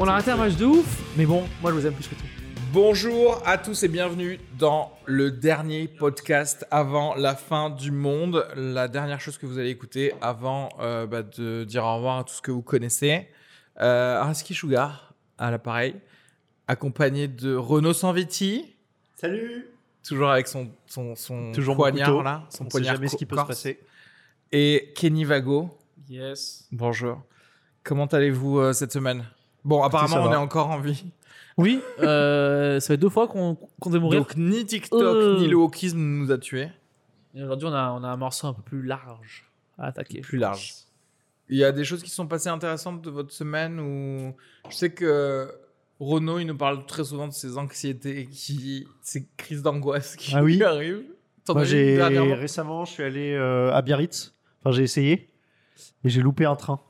On a raté un match de ouf, mais bon, moi je vous aime plus que tout. Bonjour à tous et bienvenue dans le dernier podcast avant la fin du monde. La dernière chose que vous allez écouter avant euh, bah, de dire au revoir à tout ce que vous connaissez. Euh, Araski Sugar à l'appareil, accompagné de Renaud Sanviti, Salut toujours avec son, son, son Toujours mon poignard couteau. là, son On sait poignard jamais ce qui peut corse. se passer. Et Kenny Vago, Yes. bonjour. Comment allez-vous euh, cette semaine Bon, apparemment ça on va. est encore en vie. Oui, euh, ça fait deux fois qu'on qu'on devait mourir. Donc ni TikTok Euh. ni le wokisme ne nous a tués. Et Aujourd'hui, on a, on a un morceau un peu plus large à attaquer. Plus large. Il y a des choses qui sont passées intéressantes de votre semaine où je sais que Renaud, il nous parle très souvent de ses anxiétés, qui... ses crises d'angoisse qui Ah oui. lui arrivent. T'en Moi, as eu j'ai dernièrement récemment, je suis allé euh, à Biarritz. Enfin, j'ai essayé et j'ai loupé un train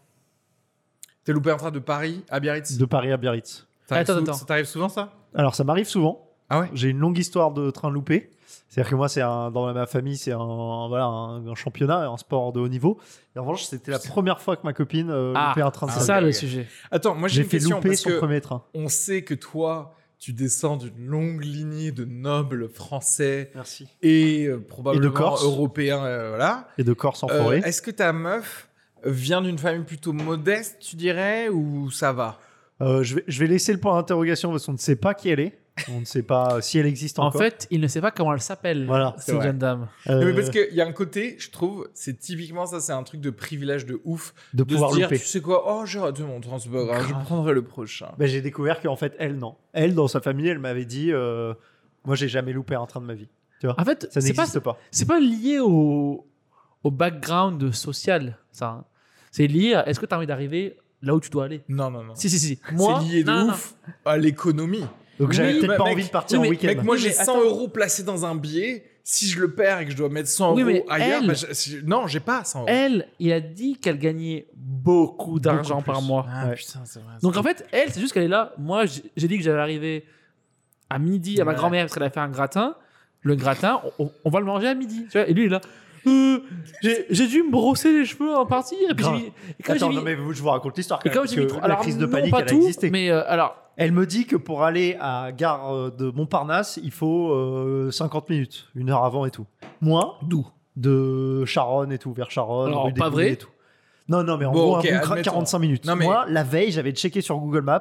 T'es loupé un train de Paris à Biarritz de Paris à Biarritz. T'arrives Attends, sou- attends. Ça t'arrive souvent ça Alors, ça m'arrive souvent. Ah ouais J'ai une longue histoire de train loupé. C'est-à-dire que moi, c'est un, dans ma famille, c'est un voilà un, un championnat, un sport de haut niveau. Et en revanche, c'était la première fois que ma copine euh, Ah, loupait un train. de C'est Ah, train. ça ok, le ok. sujet. Attends, moi j'ai J'ai une fait question louper parce son que premier train. on sait que toi, tu descends d'une longue lignée de nobles français Merci. et euh, probablement Corse. européens, euh, voilà. Et de Corse en Euh, forêt. Est-ce que ta meuf vient d'une famille plutôt modeste, tu dirais, ou ça va Euh, je, vais, je vais laisser le point d'interrogation parce qu'on ne sait pas qui elle est. On ne sait pas si elle existe En encore. fait, il ne sait pas comment elle s'appelle, Voilà, c'est cette vrai. jeune dame. Non, euh, mais parce qu'il y a un côté, je trouve, c'est typiquement ça, c'est un truc de privilège de ouf. de De pouvoir se dire, louper. tu sais quoi, oh, j'ai raté mon transport, hein, je Grave. prendrai le prochain. Ben, j'ai découvert qu'en fait, elle, non. Elle, dans sa famille, elle m'avait dit euh, Moi, j'ai jamais loupé un train de ma vie. En fait, Ça c'est pas, n'existe pas. c'est pas lié au, au background social, ça. hein. C'est lié à est-ce que tu as envie d'arriver là où tu dois aller. Non, non, non. Si, si, si. Moi, C'est lié de non, non, ouf à l'économie. Donc, Oui, j'avais peut-être bah, pas mec, envie de partir oui, en mais- week-end. Mec, moi, Oui, j'ai mais 100 attends. euros placés dans un billet. Si je le perds et que je dois mettre 100 Oui, mais euros ailleurs, elle- bah, je- si- non, j'ai pas 100 euros. Elle, il a dit qu'elle gagnait beaucoup d'argent Beaucoup par plus. mois. Ah, Ouais. putain, c'est vrai. Donc en fait, elle, c'est juste qu'elle est là. Moi, j- j'ai dit que j'allais arriver à midi à ma Ouais. grand-mère parce qu'elle a fait un gratin. Le gratin, on, on va le manger à midi. Tu vois, et lui, il est là. Euh, j'ai j'ai dû me brosser les cheveux en partie. Et puis, j'ai Grave. mis- et comme j'ai Attends, mis- non, mais vous- je vous raconte l'histoire. et quand comme même, parce j'ai mis que trop- la alors, crise de non, panique, pas elle a tout, existé. Mais euh, alors, Elle me dit que pour aller à gare euh, de Montparnasse, il faut euh, 50 minutes, une heure avant et tout. Moi, d'où de Charonne et tout, vers Charonne, Alors, rue des pas Boullets vrai. et tout. Non, non, mais en Bon, gros, ok, un bon crack, admettons. 45 minutes. Non, mais- Moi, la veille, j'avais checké sur Google Maps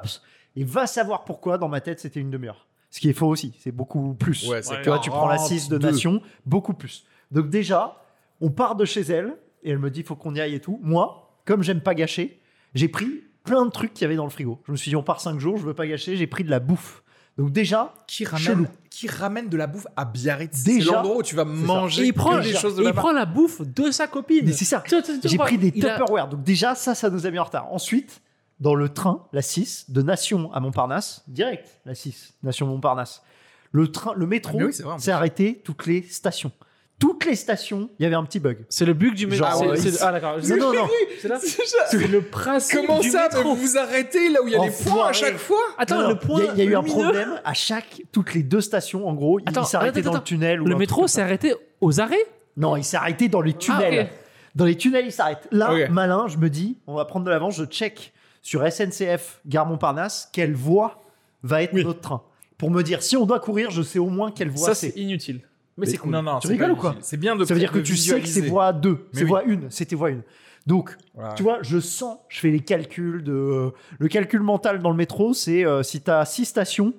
et va savoir pourquoi, dans ma tête, c'était une demi-heure. Ce qui est faux aussi, c'est beaucoup plus. Ouais, c'est tu vois, tu prends la 6 de 42. Nation, beaucoup plus. Donc déjà, on part de chez elle et elle me dit, faut qu'on y aille et tout. Moi, comme j'aime pas gâcher, j'ai pris plein de trucs qu'il y avait dans le frigo. Je me suis dit, on part 5 jours, je veux pas gâcher, j'ai pris de la bouffe. Donc déjà, qui ramène, Chelou. qui ramène de la bouffe à Biarritz Déjà, C'est l'endroit où tu vas manger il prend, que des déjà. choses de il là-bas. prend la bouffe de sa copine. mais c'est ça. Tu vois, tu- tu J'ai comprends pris des Il a- Tupperware. Donc déjà, ça, ça nous a mis en retard. Ensuite, dans le train, la 6, de Nation à Montparnasse, direct, la 6, Nation-Montparnasse. Le train, le métro Ah, Mais oui, c'est vrai, en s'est arrêté toutes les stations. Toutes les stations, il y avait un petit bug. C'est le but du métro. Genre, C'est- ouais, c'est- il- ah d'accord. Mais C'est euh, non, j'ai non. vu, c'est là. c'est ça. C'est le principe Comment du ça mais métro. Vous vous arrêtez là où il y a des points à Enfoiré. chaque fois Attends, Non, le non, point. Il y a- il y, a eu un lumineux- problème à chaque, toutes les deux stations, en gros. Attends, il s'est arrêté attends, dans attends. le tunnel. ou un Le truc métro comme s'est ça. arrêté aux arrêts Non, il s'est arrêté dans les tunnels. ok. Dans les tunnels, il s'arrête. Là, Ok. malin, je me dis, on va prendre de l'avance, je check sur SNCF Gare Montparnasse quelle voie va être Oui. notre train. Pour me dire, si on doit courir, je sais au moins quelle voie Ça, c'est c'est. inutile. Mais c'est cool. Non, non, Tu c'est rigoles pas ou quoi difficile. C'est bien de Ça veut dire que de tu sais que c'est visualiser. voie 2, c'est oui. voie 1, c'était voie 1. Donc, Voilà. tu vois, je sens, je fais les calculs de. euh, Le calcul mental dans le métro, c'est euh, si tu as 6 stations,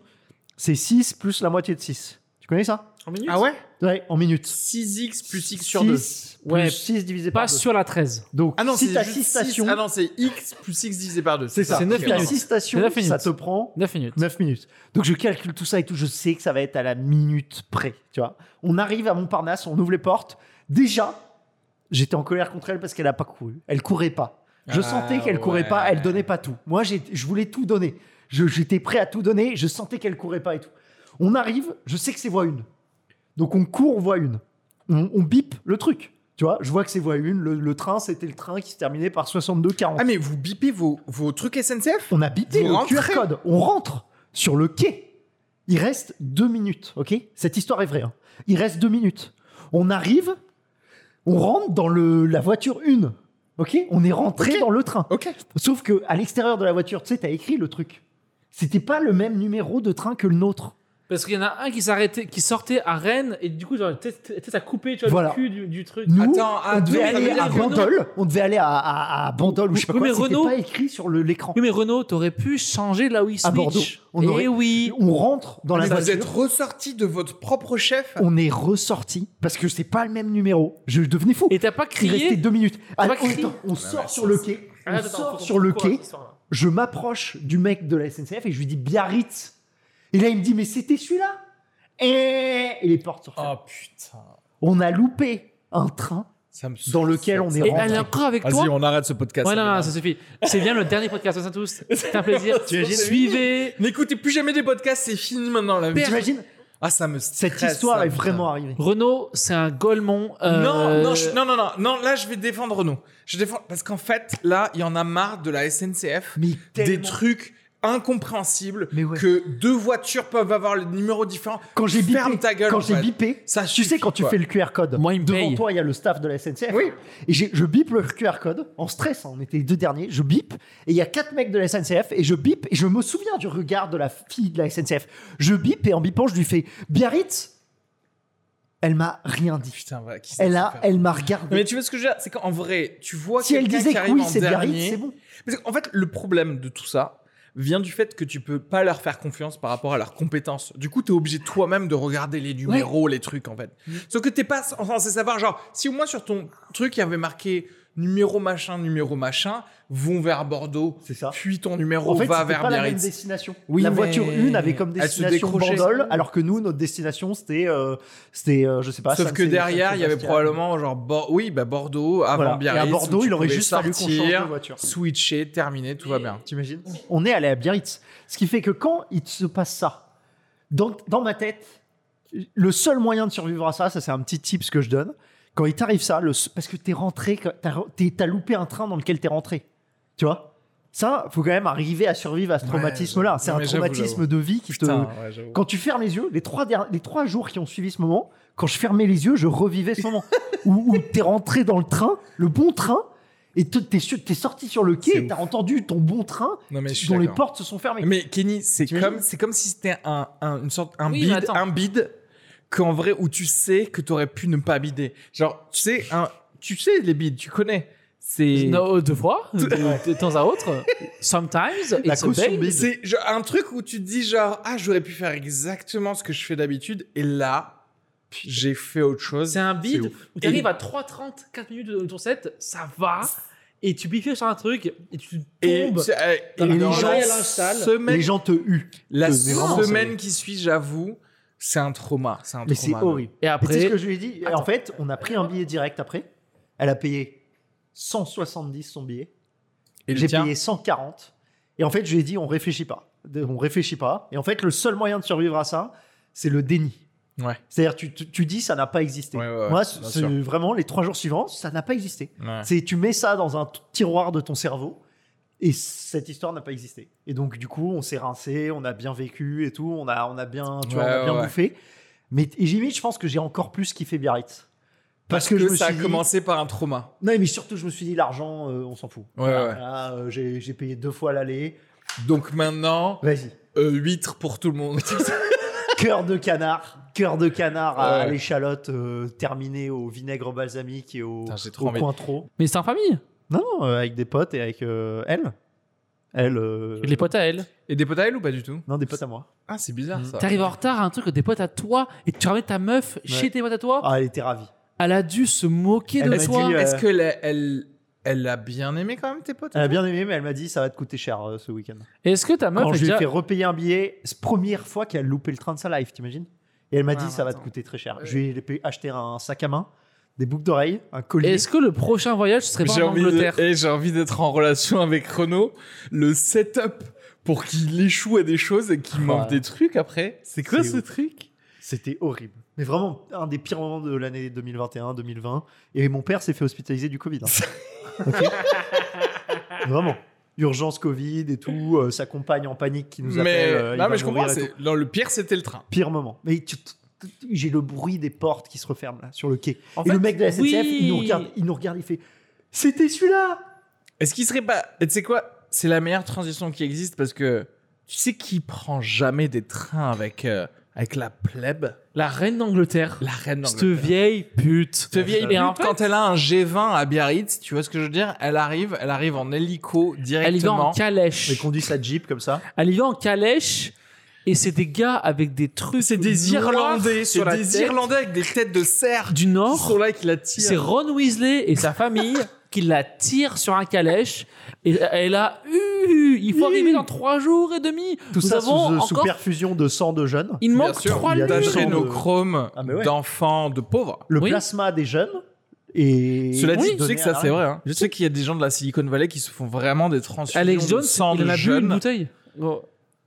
c'est 6 plus la moitié de 6. Tu connais ça Ah ouais Ouais, en minutes. 6x plus x sur 2. 6 Ouais, plus 6 divisé par Pas 2. sur la 13. Donc, Ah non, si c'est tu as juste 6 six- stations, Ah non, c'est x plus x divisé par 2. C'est ça. C'est neuf Il y a minutes. 6 stations, Neuf minutes. ça te prend 9 minutes. 9 minutes. Donc je calcule tout ça et tout, je sais que ça va être à la minute près, tu vois. On arrive à Montparnasse, on ouvre les portes. Déjà, j'étais en colère contre elle parce qu'elle a pas couru. Elle courait pas. Je Ah, sentais qu'elle ouais. courait pas, elle donnait pas tout. Moi, j'ai- je voulais tout donner. Je- J'étais prêt à tout donner, je sentais qu'elle courait pas et tout. On arrive, je sais que c'est voie 1. Donc on court voie 1. on, on bip le truc. Tu vois, je vois que c'est voie 1, le, le train, c'était le train qui se terminait par 62-40. Ah, mais vous bipez vos, vos trucs SNCF On a bipé Vous le rentrez. QR code. On rentre sur le quai. Il reste deux minutes, ok Cette histoire est vraie. hein. Il reste deux minutes. On arrive, on rentre dans le, la voiture 1, ok On est rentré Ok. dans le train. Ok. Sauf que à l'extérieur de la voiture, tu sais, t'as écrit le truc. C'était pas le même numéro de train que le nôtre. Parce qu'il y en a un qui s'arrêtait, qui sortait à Rennes et du coup, genre, t'es- t'es- t'es- t'as coupé, tu vois, Voilà. le cul du, du truc. Nous, Attends, on ah, devait donc ça veut aller dire à que non. Bandol, on devait aller à, à, à Bandol ou je sais pas Oui, quoi. mais C'était Renault- pas écrit sur le- l'écran. Oui, mais Renault, t'aurais pu changer là où il À Bordeaux, switch. on Eh aurait- oui. On rentre dans la Mais vous voiture. êtes ressorti de votre propre chef on est ressorti parce que c'est pas le même numéro. Je devenais fou. Et t'as pas Il restait crié. deux minutes. Ah, pas on, crié. attends, on sort mais sur ça, le c'est- quai. On Ah, attends, sort faut- sur le faut qu'on quai. raconte cette histoire-là. Je m'approche du mec de la SNCF et je lui dis Biarritz. Et là, il me dit mais c'était celui-là. Et... et les portes sont fermées. Oh putain. On a loupé un train Ça me dans lequel on est Et elle est rentré. encore avec toi Vas-y, on arrête ce podcast. Ouais, ça non, fait non, mal. ça suffit. C'est bien le dernier podcast, merci à tous. C'est un plaisir. Tu imagines Suivez. N'écoutez plus jamais des podcasts, c'est fini maintenant la vie. T'imagines Ah, ça me Cette stresse, histoire ça, est putain. vraiment arrivée. Renault, c'est un golemont. euh, Non, non, je- non, non, non, non, là je vais défendre Renault. Je défends parce qu'en fait, là, il y en a marre de la SNCF, Mais des tellement- trucs incompréhensibles Mais ouais. que deux voitures peuvent avoir les numéros différents. Quand j'ai bipé, ferme ta gueule. quand en j'ai fait. bipé, Ça tu sais suffit, quand tu quoi. fais le QR code, Moi, il me devant paye. toi il y a le staff de la SNCF. Oui. Et j'ai- je bip le QR code en stress, hein, on était les deux derniers, je bip et il y a quatre mecs de la SNCF et je bip et je me souviens du regard de la fille de la SNCF. Je bip et en bipant je lui fais Biarritz. Elle m'a rien dit. Putain, voilà, qui Elle s'est a, fait faire. elle m'a Mais regardé. tu vois ce que je veux dire, c'est qu'en vrai, tu vois Si elle quelqu'un disait qui que arrive oui en c'est Biarritz, dernier. c'est bon. Parce qu'en fait, le problème de tout ça vient du fait que tu peux pas leur faire confiance par rapport à leurs compétences. Du coup, tu es obligé toi-même de regarder les numéros, les trucs en fait. Mm. Sauf que t'es pas censé savoir, genre, si au moins sur ton truc, il y avait marqué numéro machin, numéro machin, vont vers Bordeaux, C'est ça. puis ton numéro En fait, va c'était vers pas la même Biarritz. destination. Oui, la mais voiture 1 avait comme elle se destination décrochait. Bandol, alors que nous, notre destination, c'était, euh, c'était, euh, je sais pas. Sauf San que Sé- derrière, San il y avait Sébastien. probablement genre Bor- oui, bah Bordeaux avant Voilà. Et Biarritz. à où Bordeaux, tu il aurait pouvais juste fallu qu'on change de sortir, voiture. Switcher, terminer, tout va bien. T'imagines On est allé à Biarritz. Ce qui fait que quand il se passe ça, dans, dans ma tête, le seul moyen de survivre à ça, ça c'est un petit tips que je donne. Quand il t'arrive ça, le, s- parce que t'es rentré, que- t'as t'es- t'as loupé un train dans lequel t'es rentré. Tu vois Ça, faut quand même arriver à survivre à ce Ouais, traumatisme-là. j'avoue. C'est Non, un mais j'avoue, oh. traumatisme j'avoue. de vie qui te. Putain, ouais, j'avoue. Quand tu fermes les yeux, les trois, derni- les trois jours qui ont suivi ce moment, quand je fermais les yeux, je revivais ce moment où, où t'es rentré dans le train, le bon train, et te- t'es su- t'es sorti sur le C'est quai, et ouf. t'as entendu ton bon train Non, mais je suis dont les d'accord. portes se sont fermées. Mais Kenny, c'est T'imagines comme c'est comme si c'était un, un- une sorte un Oui, mais bid attends. un bid qu'en vrai où tu sais que t'aurais pu ne pas bider. Genre tu sais un tu sais les bids, tu connais. C'est Non, deux fois, de, de temps à autre. Sometimes, La it's a caution day. bide. c'est genre un truc où tu te dis genre ah j'aurais pu faire exactement ce que je fais d'habitude et là j'ai fait autre chose. C'est un bid ouf. où t'arrives à 3h30, 4 minutes de ton set, ça va. Et tu biffes sur un truc et tu tombes. Et, tu- euh, et Dans la dans journée à la linge sale. semaine, les gens te huent. la mais vraiment, semaine qui suit, j'avoue, c'est un trauma, c'est un Mais c'est trauma. horrible. Et Et tu sais ce après, que je lui ai dit En fait, on a pris un billet direct après. Elle a payé 170 son billet. Et le J'ai tien payé 140. Et en fait, je lui ai dit, on réfléchit pas. De- On réfléchit pas. Et en fait, le seul moyen de survivre à ça, c'est le déni. Ouais. C'est-à-dire, tu, tu, tu dis, ça n'a pas existé. Ouais, ouais, ouais, Moi, bien c'est sûr. vraiment les trois jours suivants, ça n'a pas existé. Ouais. C'est tu mets ça dans un t- tiroir de ton cerveau et cette histoire n'a pas existé. Et donc du coup, on s'est rincé, on a bien vécu et tout, on a on a bien tu vois, on Ouais, a bien ouais, ouais. bouffé. Mais et limite, je pense que j'ai encore plus kiffé Biarritz. Parce, que, je me ça a suis dit- commencé par un trauma. Non, mais surtout, je me suis dit l'argent, euh, on s'en fout. Ouais, ouais. Voilà, euh, j'ai j'ai payé deux fois l'aller. Donc maintenant, Vas-y. euh, huîtres pour tout le monde. cœur de canard, cœur de canard à Ouais. l'échalote euh, terminé au vinaigre balsamique et au, Putain, j'ai trop au envie. cointreau. mais c'est en famille. Non, non, euh, avec des potes et avec euh, elle. Elle. euh, Les potes à elle. Et des potes à elle ou pas du tout Non, des potes à moi. Ah, c'est bizarre ça. T'arrives en retard à un truc, des potes à toi, et tu ramènes ta meuf chez tes potes à toi. Ah, elle était ravie. Elle a dû se moquer Elle de m'a dit, toi. euh, Est-ce que la- elle, elle a bien aimé quand même tes potes Elle a bien aimé, mais elle m'a dit ça va te coûter cher euh, ce week-end. Est-ce que ta meuf est Quand je lui ai déjà- fait repayer un billet, c'est première fois qu'elle a loupé le train de sa life, t'imagines Et elle m'a Ouais, dit ça va te attends. coûter très cher. Ouais. Je lui ai payé- acheté un sac à main, des boucles d'oreilles, un collier. Est-ce que le prochain voyage ce serait pas J'ai en envie, de- Angleterre eh, j'ai envie d'être en relation avec Renaud. Le setup pour qu'il échoue à des choses et qu'il manque Ouais. des trucs après. C'est quoi C'est ce ouf. truc C'était horrible. Mais vraiment, un des pires moments de l'année 2021-2020. Et mon père s'est fait hospitaliser du Covid. hein. Ok vraiment. Urgence Covid et tout. euh, sa compagne en panique qui nous mais, appelle. euh, non, il va mais je mourir comprends. et tout. c'est- non, le pire, c'était le train. Pire moment. Mais tu- tu- tu- j'ai le bruit des portes qui se referment là, sur le quai. En et fait, le mec de la SNCF, oui. il, nous regarde, il nous regarde, il fait C'était celui-là Est-ce qu'il serait pas. Et tu sais quoi C'est la meilleure transition qui existe parce que tu sais qui prend jamais des trains avec, euh, avec la plèbe La reine d'Angleterre. La reine Cette d'Angleterre. vieille pute. Cette vieille Et pute, en fait, quand elle a un G20 à Biarritz, tu vois ce que je veux dire Elle arrive, elle arrive en hélico elle y va en directement. Mais calèche. conduit sa Jeep comme ça. Elle y va en calèche. Et c'est des gars avec des trucs. c'est des noirs Irlandais, sur c'est la des tête Irlandais avec des têtes de cerf du qui Nord. sont là et qui la tirent. C'est Ron Weasley et sa famille qui la tirent sur un calèche. Et elle a eu. Il faut arriver dans trois jours et demi. Tout Nous ça sous, avons euh, sous encore. perfusion de sang de jeunes. Il Bien manque sûr, trois il y a lunes. des gens de- d'adrénochrome Ah, mais ouais. d'enfants, de pauvres. Le Oui. plasma des jeunes. Et Cela dit, Oui. tu sais donné que à ça la c'est reine. vrai. hein. Je sais qu'il y a des gens de la Silicon Valley qui se font vraiment des transfusions Alex de Jones, sang Oh, il en de a bu une jeunes. bouteille. Bon,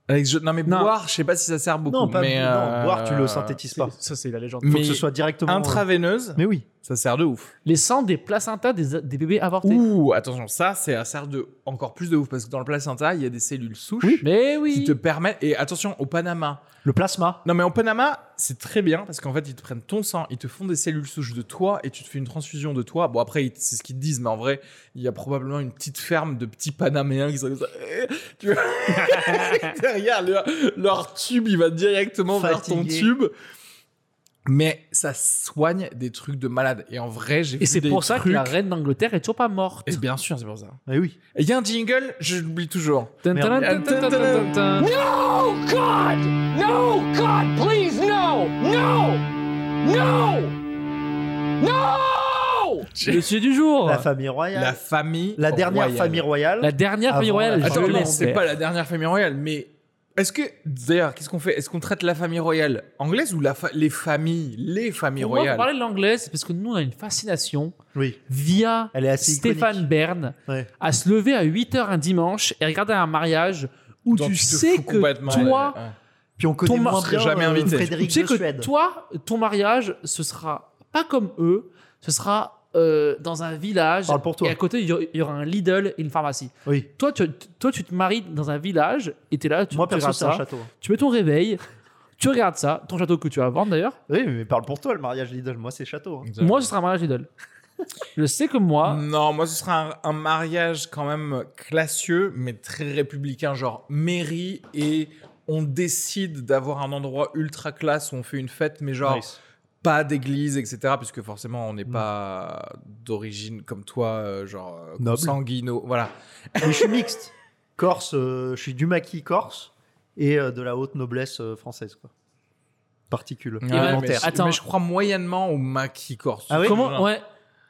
Alex Jones- Non mais Non. boire, je sais pas si ça sert beaucoup. Non, pas mais, non, euh, boire, tu le synthétises hein. pas. Ça, c'est la légende. Faut mais que ce soit directement. euh, Intraveineuse, Mais oui. ça sert de ouf. Les sangs des placentas des, des bébés avortés. Ouh, attention, ça, c'est ça sert de encore plus de ouf parce que dans le placenta, il y a des cellules souches Oui. Mais qui oui. te permettent. Et attention, au Panama. Le plasma. Non, mais au Panama, c'est très bien parce qu'en fait, ils te prennent ton sang, ils te font des cellules souches de toi et tu te fais une transfusion de toi. Bon, après, ils- c'est ce qu'ils te disent, mais en vrai, il y a probablement une petite ferme de petits Panaméens qui sont comme ça. Eh, Tu vois Derrière, leur, leur tube, il va directement vers ton Fatigué. tube. Mais ça soigne des trucs de malade. Et en vrai, j'ai vu Et c'est des pour ça que trucs- la reine d'Angleterre est toujours pas morte. Et bien sûr, c'est pour ça. Mais oui. Il y a un jingle, je l'oublie toujours. Dun, Merde. dun, dun, dun, dun, dun, dun. No, God! No, God, please, no! No! No! No! Le sujet du jour. La famille royale. La La, famille. dernière royale. famille royale. La dernière famille Avant royale, la- je Attends, non, c'est l'espère. pas la dernière famille royale, mais est-ce que d'ailleurs, qu'est-ce qu'on fait Est-ce qu'on traite la famille royale anglaise ou la fa- les familles, les familles Pour moi, pour royales parler de l'anglais, c'est parce que nous, on a une fascination Oui. via Elle est assez Stéphane Bern iconique. Ouais. à se lever à 8h un dimanche et regarder un mariage où dont tu te sais fous complètement, que toi, ouais, ouais. Puis on connaît Ton moins mari bien serait jamais euh, invité. tu Frédéric sais de que Suède. toi, ton mariage, ce sera pas comme eux, ce sera euh, dans un village Parle pour toi. et à côté, il y aura- il y aura un Lidl et une pharmacie. Oui. Toi, tu, toi, tu te maries dans un village et t'es là, tu, Moi tu perso regardes c'est un ça, château. hein. tu mets ton réveil, tu regardes ça, ton château que tu vas vendre d'ailleurs. Oui, mais parle pour toi le mariage Lidl. Moi c'est château. hein. Moi, ce sera un mariage Lidl. je sais que moi, non, moi ce sera un, un mariage quand même classieux, mais très républicain, genre mairie et on décide d'avoir un endroit ultra classe où on fait une fête, mais genre Nice. pas d'église, etc. Puisque forcément, on n'est pas d'origine comme toi, euh, genre Noble. sanguino. Voilà. Mais je suis mixte. Corse, euh, je suis du maquis corse et euh, de la haute noblesse euh, française quoi. Particule. Ah Ouais, Euh, mais, Élémentaire. je- Attends. mais je crois moyennement au maquis corse. Ah oui comment, ouais,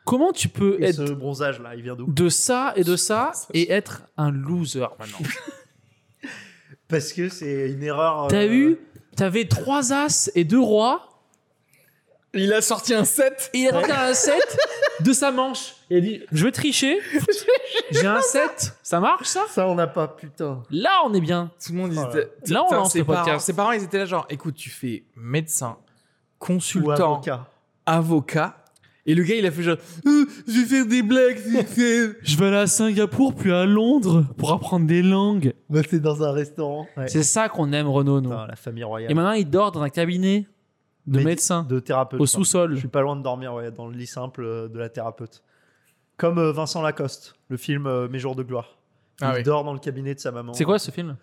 comment tu peux Et être ce bronzage là, il vient d'où de ça et de ça Ah, bah et être un loser maintenant Parce que c'est une erreur. euh, T'as eu, t'avais trois as et deux rois. Il a sorti un set. Et il est rentré à un 7 de sa manche. Et il a dit Je veux tricher. J'ai un 7. Ça marche, ça Ça on n'a pas putain. Là, on est bien. Tout le monde Voilà. était. Là, on Putain, lance ses le parents- podcast. Ses parents, ils étaient là, genre, écoute, tu fais médecin, Ou consultant, avocat. avocat. Et le gars, il a fait genre, Euh, je vais faire des blagues. c'est- c'est- Je vais aller à Singapour, puis à Londres pour apprendre des langues. Bah, t'es dans un restaurant. Ouais. C'est ça qu'on aime, Renaud, nous. Ah, Putain, la famille royale. Et maintenant, il dort dans un cabinet de Médi- médecin De thérapeute. au pardon. Je sous-sol. suis pas loin de dormir ouais, dans le lit simple euh, de la thérapeute. Comme euh, Vincent Lacoste, le film euh, Mes jours de gloire. Ah il oui. dort dans le cabinet de sa maman. C'est quoi ce film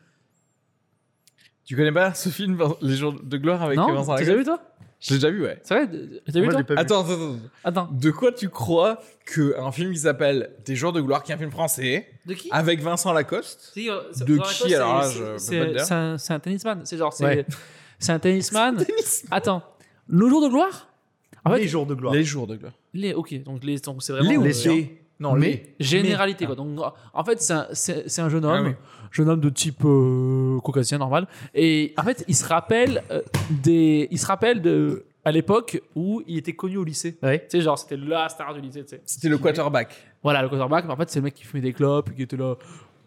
Tu connais pas ce film, Les Jours de gloire avec Non Vincent T'as Lagaffe déjà vu, toi Je l'ai déjà vu, ouais. C'est vrai T'as vu, Moi, je toi l'ai pas vu. Attends, attends, attends. Attends. De quoi tu crois qu'un film qui s'appelle Des jours de gloire, qui est un film français, De qui euh, avec Vincent Lacoste, Ah, de qui, alors là, je peux pas te C'est dire. c'est un, c'est un tennisman. C'est genre, c'est Ouais. c'est un tennisman. Attends. Nos jours de gloire En fait, Mes jours de gloire. Les jours de gloire. les. Ok, donc les- donc c'est vraiment. Les ou euh, les- Non, Mais- Généralité, quoi. Donc, en fait, c'est un, c'est- c'est un jeune homme, Ah oui. jeune homme de type euh, caucasien normal. Et en fait, il se rappelle euh, des, il se rappelle de, à l'époque où il était connu au lycée. Ouais. Tu sais, genre, c'était la star du lycée, tu sais. C'était le quarterback. Voilà, le quarterback, mais en fait, c'est le mec qui fumait des clopes, qui était là.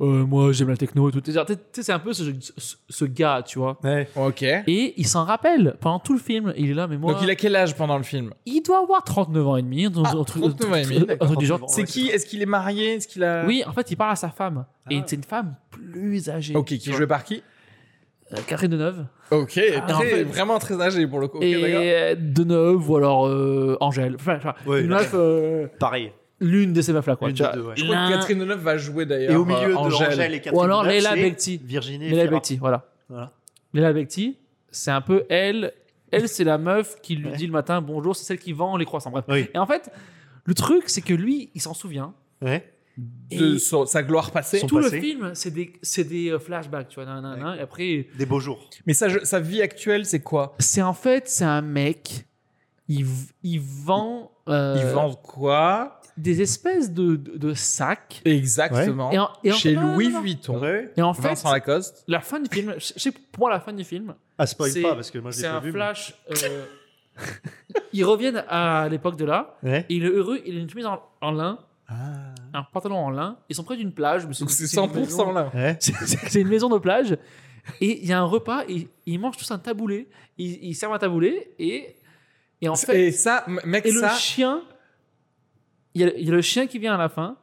euh, moi j'aime la techno et tout. Tu sais, c'est un peu ce, ce- ce gars, tu vois. Ouais. Ok. Et il s'en rappelle pendant tout le film. Il est là, mais moi. Donc il a quel âge pendant le film il doit avoir 39 ans et demi. un truc- Ah, un truc- 39 ans et demi, un truc d'accord, du genre. 39 ans. C'est ouais, qui Est-ce qu'il est marié Est-ce qu'il a Oui, en fait, il parle à sa femme. Et Ah. c'est une femme plus âgée. Ok, qui est joué par qui Euh, Catherine Deneuve. Ok, Ah, en très- fait- vraiment très âgé pour le coup. Ok, d'accord. et euh, Deneuve ou alors euh, Angèle. Enfin, enfin, Ouais, une d'accord. meuf, euh, Pareil. l'une de ces meufs-là, quoi. Une tu des vois. deux, ouais. Je crois que L'un- Catherine Deneuve va jouer d'ailleurs. Et au milieu euh, de Angèle. Angèle et Catherine Ou alors Deneuve, Leila c'est Bekti. Virginie et Leila Ferra. Bekti, voilà. Voilà. Leila Bekti, c'est un peu elle. Elle, c'est la meuf qui lui Ouais. dit le matin bonjour, c'est celle qui vend les croissants. Bref. Oui. Et en fait, le truc, c'est que lui, il s'en souvient. Ouais. De Et son- sa gloire passée. Son- tout le passé. film, c'est des, c'est des euh, flashbacks, tu vois. nan, nan, nan. et après, Des beaux jours. Mais sa, je- sa vie actuelle, c'est quoi c'est en fait, c'est un mec, il, v- il vend, euh, Ils vendent quoi des espèces de, de, de sacs. Exactement. en- et en- Chez non, non, non, Louis non. Vuitton. Ouais. Et en fait, Vincent Lacoste. la fin du film, je je sais pour moi la fin du film, Ah, spoil C'est- pas parce que moi je l'ai c'est pas un vu. mais- flash. euh, ils reviennent à l'époque de là. Ouais. Il est heureux, il a une chemise en, en lin, Ah. un pantalon en lin. Ils sont près d'une plage. mais Donc c'est une 100% maison- là. Ouais. C'est c'est une maison de plage. Et il y a un repas. Et ils mangent tous un taboulé. Ils, ils servent un taboulé. Et, et en fait, Et ça, m- mec, et le ça. chien, il y, a- il y a le chien qui vient à la fin.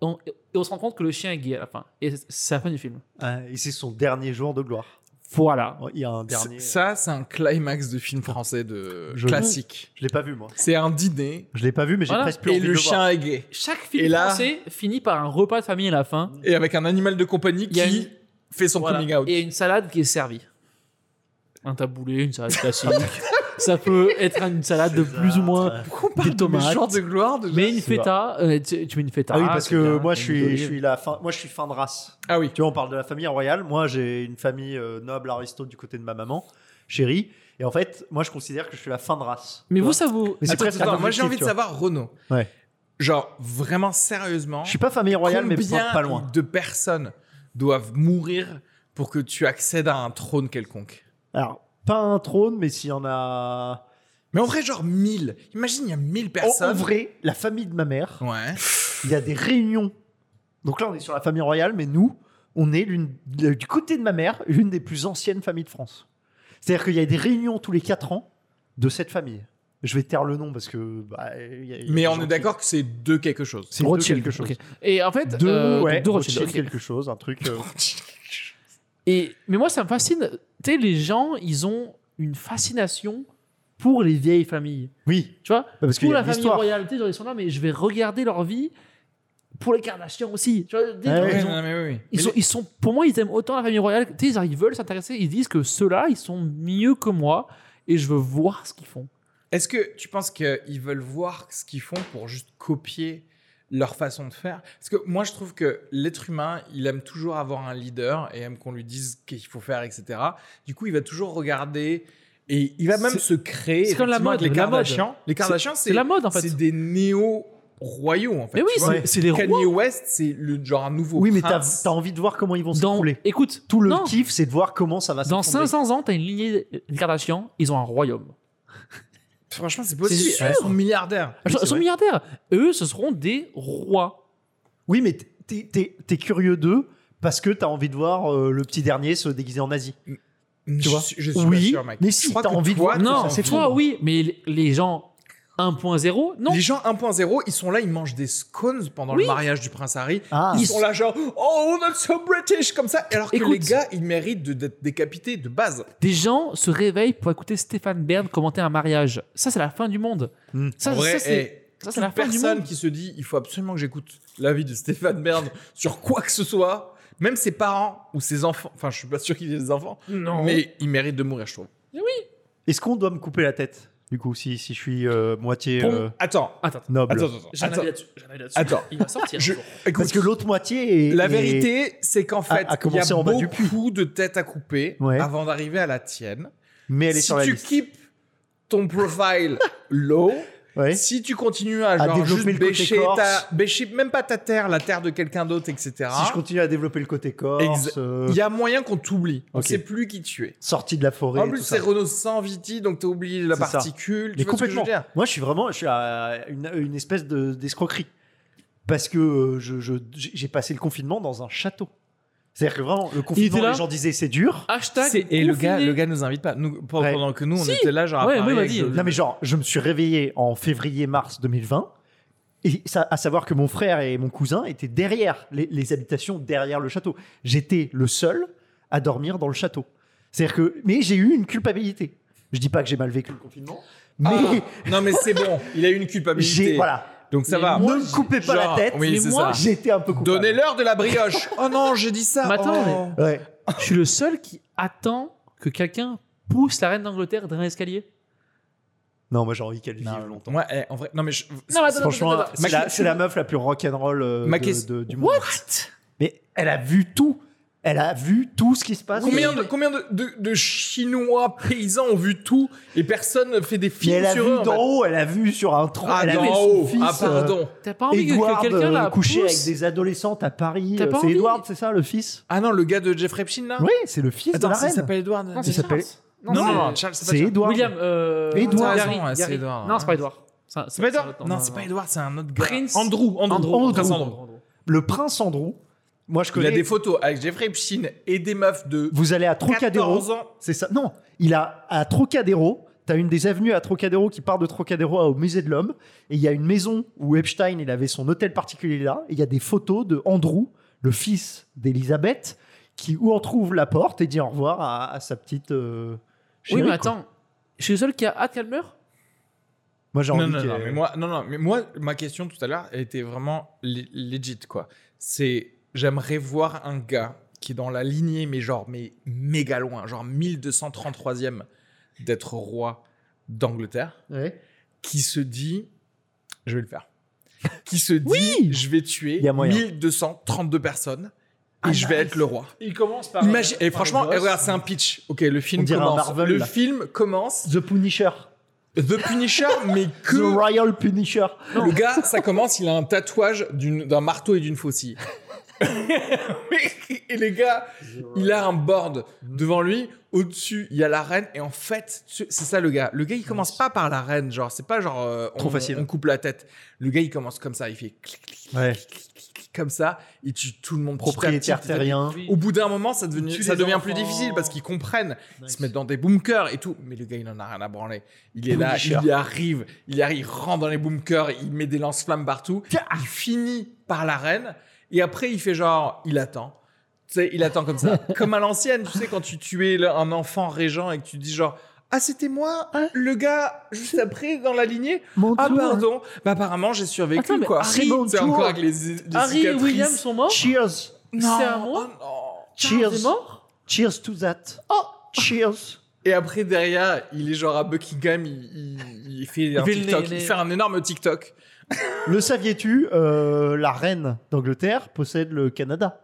Et on, et on se rend compte que le chien est gay à la fin. Et c'est- c'est la fin du film. Ah, et c'est son dernier jour de gloire. Voilà. Oh, Il y a un dernier. c- Ça, c'est un climax de film français de Je- classique. euh, Je l'ai pas vu moi. C'est un dîner Je l'ai pas vu, mais j'ai Voilà. presque plus et envie le de voir. chien est gay. Chaque film Et là- français finit par un repas de famille à la fin. Et avec un animal de compagnie Il y a qui une- fait son Voilà. coming out. Et une salade qui est servie. Un taboulé, une salade classique. ça peut être une salade de plus ou moins. Pourquoi on Des parle de mes tomates. genres de gloire déjà Mais une C'est feta, euh, tu, tu mets une feta. Ah oui, parce c'est que bien, moi je une suis, olive. je suis la fin, moi je suis fin de race. Ah oui. Tu vois, on parle de la famille royale. Moi, j'ai une famille euh, noble aristo du côté de ma maman, chérie. Et en fait, moi, je considère que je suis la fin de race. Mais Tu vous, vois ça vous. Mais c'est Attends, presque attends, un moi j'ai objectif, envie tu de savoir Renaud. Ouais. Genre vraiment sérieusement. Je suis pas famille royale, mais combien pas, pas loin. de personnes doivent mourir pour que tu accèdes à un trône quelconque Alors, pas un trône, mais s'il y en a. Mais en vrai genre 1000. Imagine il y a 1000 En, personnes. en vrai, la famille de ma mère, Ouais. il y a des réunions. Donc là, on est sur la famille royale, mais nous, on est l'une le- du côté de ma mère, l'une des plus anciennes familles de France. C'est-à-dire qu'il y a des réunions tous les 4 ans de cette famille. Je vais taire le nom parce que. bah, il y a- il y a des Mais on gens est qui- d'accord que c'est deux quelque chose. C'est Rothschild, de quelque chose. ok. Et en fait, Deux, euh, ouais, de Rothschild, Rothschild ok. quelque chose, un truc. euh, Ah Et, mais moi, ça me fascine. Tu sais, les gens, ils ont une fascination pour les vieilles familles. Oui, Tu vois parce qu'il Pour y la a de famille l'histoire. royale, tu sais, genre, ils sont là, mais je vais regarder leur vie. Pour les Kardashians aussi. Tu vois, des- Ah Ouais, ils Ouais, ont- non, mais oui, oui. Ils Mais sont, ils sont, pour moi, ils aiment autant la famille royale. que- Tu sais, ils, ils veulent s'intéresser. Ils disent que ceux-là, ils sont mieux que moi et je veux voir ce qu'ils font. Est-ce que tu penses qu'ils veulent voir ce qu'ils font pour juste copier leur façon de faire Parce que moi, je trouve que l'être humain, il aime toujours avoir un leader et aime qu'on lui dise qu'il faut faire, etc. Du coup, il va toujours regarder et il va même C'est- se créer. c'est comme la effectivement, avec mode, les la mode. Kardashians. Les Kardashians, C'est c'est la mode, en fait. c'est des néo-royaux, en fait. Mais oui, tu vois. c'est- c'est des rois. Kanye West, c'est le genre un nouveau Oui, mais prince. t'as as envie de voir comment ils vont Dans, s'écrouler. écoute, Tout le non, kiff, c'est de voir comment ça va dans s'effondrer. 500 ans, t'as une lignée de Kardashian, ils ont un royaume. Ah Franchement, c'est possible. sûr. Ils sont milliardaires. Ils sont- ils sont vrai. milliardaires. Eux, ce seront des rois. Oui, mais t'es- t'es t'es- t'es curieux d'eux parce que t'as envie de voir euh, le petit dernier se déguiser en Asie. Mm. Je vois. suis, je suis Oui, pas sûr, mec. mais Je si, crois t'as que envie de toi, voir, t'as Non, c'est envie de toi, fou. oui, mais les- les gens 1.0, non. Les gens 1.0, ils sont là, ils mangent des scones pendant Oui. le mariage du prince Harry. Ah, Ils sont là genre oh that's so British comme ça. Alors que Écoute. les gars, ils méritent de- d'être décapités de base. Des gens se réveillent pour écouter Stéphane Bern commenter un mariage. Ça, c'est la fin du monde. Hmm. Ça, en vrai, ça, c'est eh, ça, c'est toute la fin du personne monde. qui se dit il faut absolument que j'écoute l'avis de Stéphane Bern sur quoi que ce soit, même ses parents ou ses enfants. Enfin, je suis pas sûr qu'il ait des enfants, Non. mais il mérite de mourir, je trouve. Eh Est-ce qu'on doit me couper la tête du coup si, si je suis euh, moitié Bon, euh, attends, Attends, attends. noble attends, attends, J'ai un attends. avis là-dessus, j'ai un avis là-dessus. Attends. Il va sortir. un Je- jour. écoute, Parce que l'autre moitié est La est- vérité, c'est qu'en fait, à il y a commencer en bas du puits. beaucoup de têtes à couper Ouais. avant d'arriver à la tienne. mais elle est si sur la tu liste. keep ton profile low, Ouais. si tu continues à, À genre développer juste le côté bêcher, corse. ta, bêcher même pas ta terre, la terre de quelqu'un d'autre, etc. Si je continue à développer le côté corse, Exa- euh, Il y a moyen qu'on t'oublie. On Ok. sait plus qui tu es. sortie de la forêt. en et plus, tout c'est ça. Renault sans Viti, donc t'as oublié la C'est ça. particule. Tu Mais vois ce que je veux complètement. dire Moi, je suis vraiment, je suis à une, une espèce de- d'escroquerie. parce que euh, je- je- j'ai j'ai passé le confinement dans un château. C'est-à-dire que vraiment, le était confinement, là les gens disaient c'est dur. Hashtag. C'est- Et le confiné. gars, le gars nous invite pas. Nous, pendant Ouais. que nous, on Si. était là, genre. à Ouais, parler oui, avec vas-y. d'autres- Non mais genre, je me suis réveillé en février-mars 2020, et ça, à savoir que mon frère et mon cousin étaient derrière les, les habitations, derrière le château. J'étais le seul à dormir dans le château. C'est-à-dire que, mais j'ai eu une culpabilité. Je dis pas que j'ai mal vécu le confinement, mais Ah, non, mais c'est bon. Il a eu une culpabilité. j'ai voilà. Donc ça Mais va. moi, ne me coupez pas Genre, la tête. Oui, Ah. mais c'est moi, ça. J'étais un peu coupable. Donnez-leur de la brioche. oh non, j'ai dit ça. Mais attends, Oh. Ouais. Je suis le seul qui attend que quelqu'un pousse la reine d'Angleterre dans l'escalier. Non, moi j'ai envie qu'elle vive Non, longtemps. Moi, eh, en vrai, non mais je- Franchement, Ma c'est la, question- c'est la meuf la plus rock'n'roll euh, Ma de- question- de- du monde. Mais elle a vu tout. Elle a vu tout ce qui se passe. combien de combien de, de- de Chinois paysans ont vu tout et personne ne fait des Mais elle films a sur vu eux. en d'en fait. haut, elle a vu sur un tronc, Ah, elle a d'en vu haut. son fils. euh, Ah pardon. T'as pas envie que quelqu'un euh, la pousse couché avec des adolescentes à Paris. T'as Euh, pas C'est envie Edward, c'est ça, le fils Ah non, le gars de Jeffrey Epstein là. Oui, c'est le fils Attends, de la il reine. s'appelle Edward. Non, Il c'est s'appelle- Charles. Non, c'est- non, non, Charles, c'est pas C'est Charles. Edward. William. Euh, Edward. Gary, Raison, ouais, c'est Gary. Edward, Non, ouais. c'est pas Edward. Ça- C'est pas ça- Edward. ça- Non, c'est pas Edward, c'est un autre gars. Prince- Andrew, Andrew, Andrew. Prince Andrew. Andrew. Le prince Andrew. Moi, je Il a connais. des photos avec Jeffrey Epstein et des meufs de Vous allez à 14 Trocadéro. ans. C'est ça. Non, il a à Trocadéro. T'as une des avenues à Trocadéro qui part de Trocadéro au musée de l'homme. Et il y a une maison où Epstein, il avait son hôtel particulier là. Et il y a des photos de Andrew, le fils d'Elisabeth, qui où en trouve la porte et dit au revoir à, à sa petite. euh, Oui, chérie, mais quoi. attends. Je suis le seul qui a hâte qu'elle meure Moi, j'ai Non, envie non, qu'elle- non, mais moi, non, non, mais moi, ma question tout à l'heure elle était vraiment le- legit, quoi. C'est, j'aimerais voir un gars qui est dans la lignée, mais genre, mais méga loin, genre 1233e d'être roi d'Angleterre, Ouais. qui se dit, je vais le faire, qui se dit, Oui je vais tuer Il y a moyen. Ah, 1232 personnes et je vais être le roi. Il commence par. Imagine, et franchement, eh, regarde, c'est un pitch. Ok, le film On dirait un commence. Marvel, le là. film commence. The Punisher. The Punisher, mais que The Royal Punisher. Le gars, ça commence, il a un tatouage d'une- d'un marteau et d'une faucille. et les gars, il a un board devant lui. Au-dessus, il y a la reine. Et en fait, tu- c'est ça le gars. Le gars, il commence pas par la reine. Genre, c'est pas genre euh, on, Trop facile. on coupe la tête. Le gars, il commence comme ça. Il fait clic, clic, clic, clic, clic, clic, comme ça. Il tue tout le monde. petit à petit, Propriétaire petit à petit. terrien. Au bout d'un moment, ça, devenu- Il tue ça les devient plus enfants. difficile parce qu'ils comprennent. Ils Nice. se mettent dans des bunkers et tout. Mais le gars, il en a rien à branler. Il est là, Punisher. il y arrive, il y arrive, il rentre dans les bunkers, il met des lance-flammes partout. Il finit par la reine. Et après, il fait genre, il attend. Tu sais, il attend comme ça. comme à l'ancienne, tu sais, quand tu tuais le- un enfant régent et que tu dis genre, ah, c'était moi, Hein le gars juste après dans la lignée. Mon Ah, tour. pardon. Bah, apparemment, j'ai survécu, Attends, mais quoi. Harry, C'est mon encore tour. avec les, les Harry et cicatrices. William sont morts. Cheers. Non, C'est à moi oh non. Charles Cheers. est mort. Cheers to that. Oh. Cheers. Et après, derrière, il est genre à Buckingham, il, il- il fait un fait le TikTok. nez, nez. Il fait un énorme TikTok. Le saviez-tu, euh, la reine d'Angleterre possède le Canada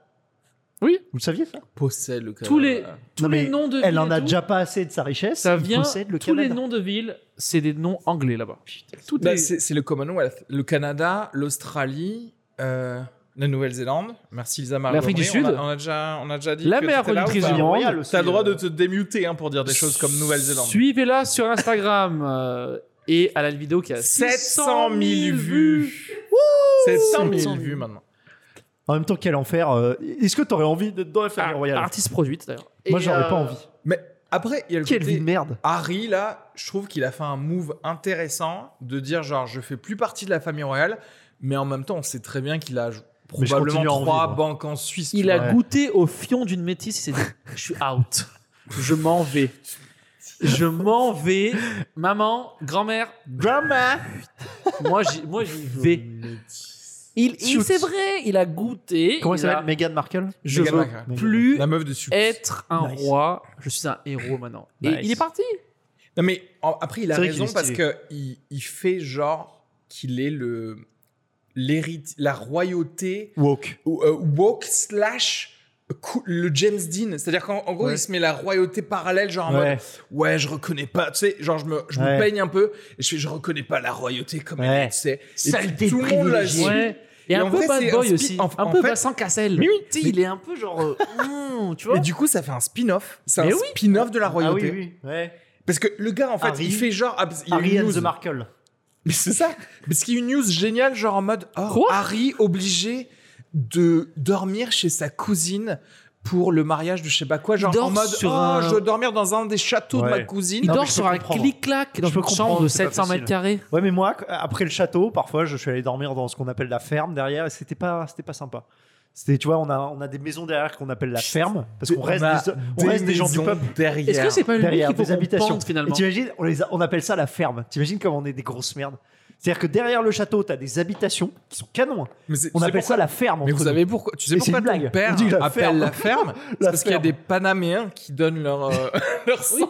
Oui. Vous le saviez ça Possède le Tous les- Tous Non, mais les noms de villes Elle en et a tout, déjà pas assez de sa richesse. Ça il vient. possède le Tous les Canada. noms de villes, c'est des noms anglais là-bas. Tout Bah, est- c'est c'est le Commonwealth. Le Canada, l'Australie, euh, la Nouvelle-Zélande. Merci Lisa Marie. L'Afrique du Aubry. On a- Sud. On, a déjà, on a déjà dit. La que meilleure t'étais là ou auditrice pas du Royal monde. aussi, T'as le droit euh, de te démuter hein, pour dire des choses comme Nouvelle-Zélande. Suivez-la sur Instagram euh, et elle a une vidéo qui a 700 000 vues. 700 000 vues maintenant. En même temps, quel enfer. euh, Est-ce que t'aurais envie d'être dans la famille Ar- royale artiste produite d'ailleurs. Ah, Moi, Ah, Et, j'aurais euh, pas envie. Mais après, il y a le Quelle côté- vie de merde. Harry, là, je trouve qu'il a fait un move intéressant de dire genre, je fais plus partie de la famille royale, mais en même temps, on sait très bien qu'il a j- Mais je probablement continue à en trois vivre. banques en Suisse. tu Il a Ouais. goûté au fion d'une métisse. Il s'est dit Je suis out. Je m'en vais. Je m'en vais. Maman, grand-mère, grand-mère. Moi, j'y moi, j'y vais. Il, il- c'est vrai, il a goûté. Comment il ça a- s'appelle Meghan Markle Je Meghan veux Markle. vois. plus La meuf de Suisse. être un Nice. roi. Je suis un héros maintenant. Nice. Et il est parti. Non, mais en- après, il a C'est vrai qu'il raison est parce stylé. que il, il fait genre qu'il est le l'hérite, la royauté Woke. ou, euh, woke slash cou- le James Dean. C'est-à-dire qu'en en gros, Ouais. il se met la royauté parallèle, genre en mode Ouais. ouais, je reconnais pas, tu sais, genre je me, je me Ouais. peigne un peu et je fais, je reconnais pas la royauté comme elle Ouais. est, tu sais. Et Saleté tout le monde la privilégiée. suit. Ouais. Et, Et un en peu vrai, bad c'est boy un aussi. spi- en- un en peu fait- Vincent Cassel. Mais oui, Tu sais, mais- il est un peu genre. euh, hmm, tu vois Et du coup, ça fait un spin-off. C'est un Mais oui. spin-off de la Ah royauté. oui, oui. Ouais. Parce que le gars, en fait, Harry- il fait genre. ah, parce- il y a eu Harry une and news. the Markle. Mais c'est ça. Parce qu'il y a une news géniale, genre en mode oh, Quoi Harry obligé de dormir chez sa cousine pour le mariage de je sais pas quoi. Genre Il dort en mode sur oh, un- je dois dormir dans un des châteaux de Ouais. ma cousine. Il Non, mais dort je sur peux un comprendre. clic-clac dans Je peux une chambre comprendre, de c'est pas 700 mètres facile. carrés. Ouais, mais moi, après le château, parfois, je suis allé dormir dans ce qu'on appelle la ferme derrière et c'était pas, c'était pas sympa. C'était, tu vois, on a, on a des maisons derrière qu'on appelle la ferme parce qu'on reste, Bah, des, on reste des gens du peuple derrière. Est-ce que c'est pas lui derrière qu'il faut des qu'on habitations. pende, Et finalement t'imagines, on, les a- on appelle ça la ferme. T'imagines comment on est des grosses merdes. C'est-à-dire que derrière le château, t'as des habitations qui sont canons. Mais c'est- tu On sais appelle pourquoi ça la ferme. Mais entre vous nous. savez pourquoi Tu sais Mais c'est pourquoi une ton blague. père On dit la appelle ferme. la ferme C'est La parce qu'il y a ferme. des Panaméens qui donnent leur, euh, leur sang. Oui.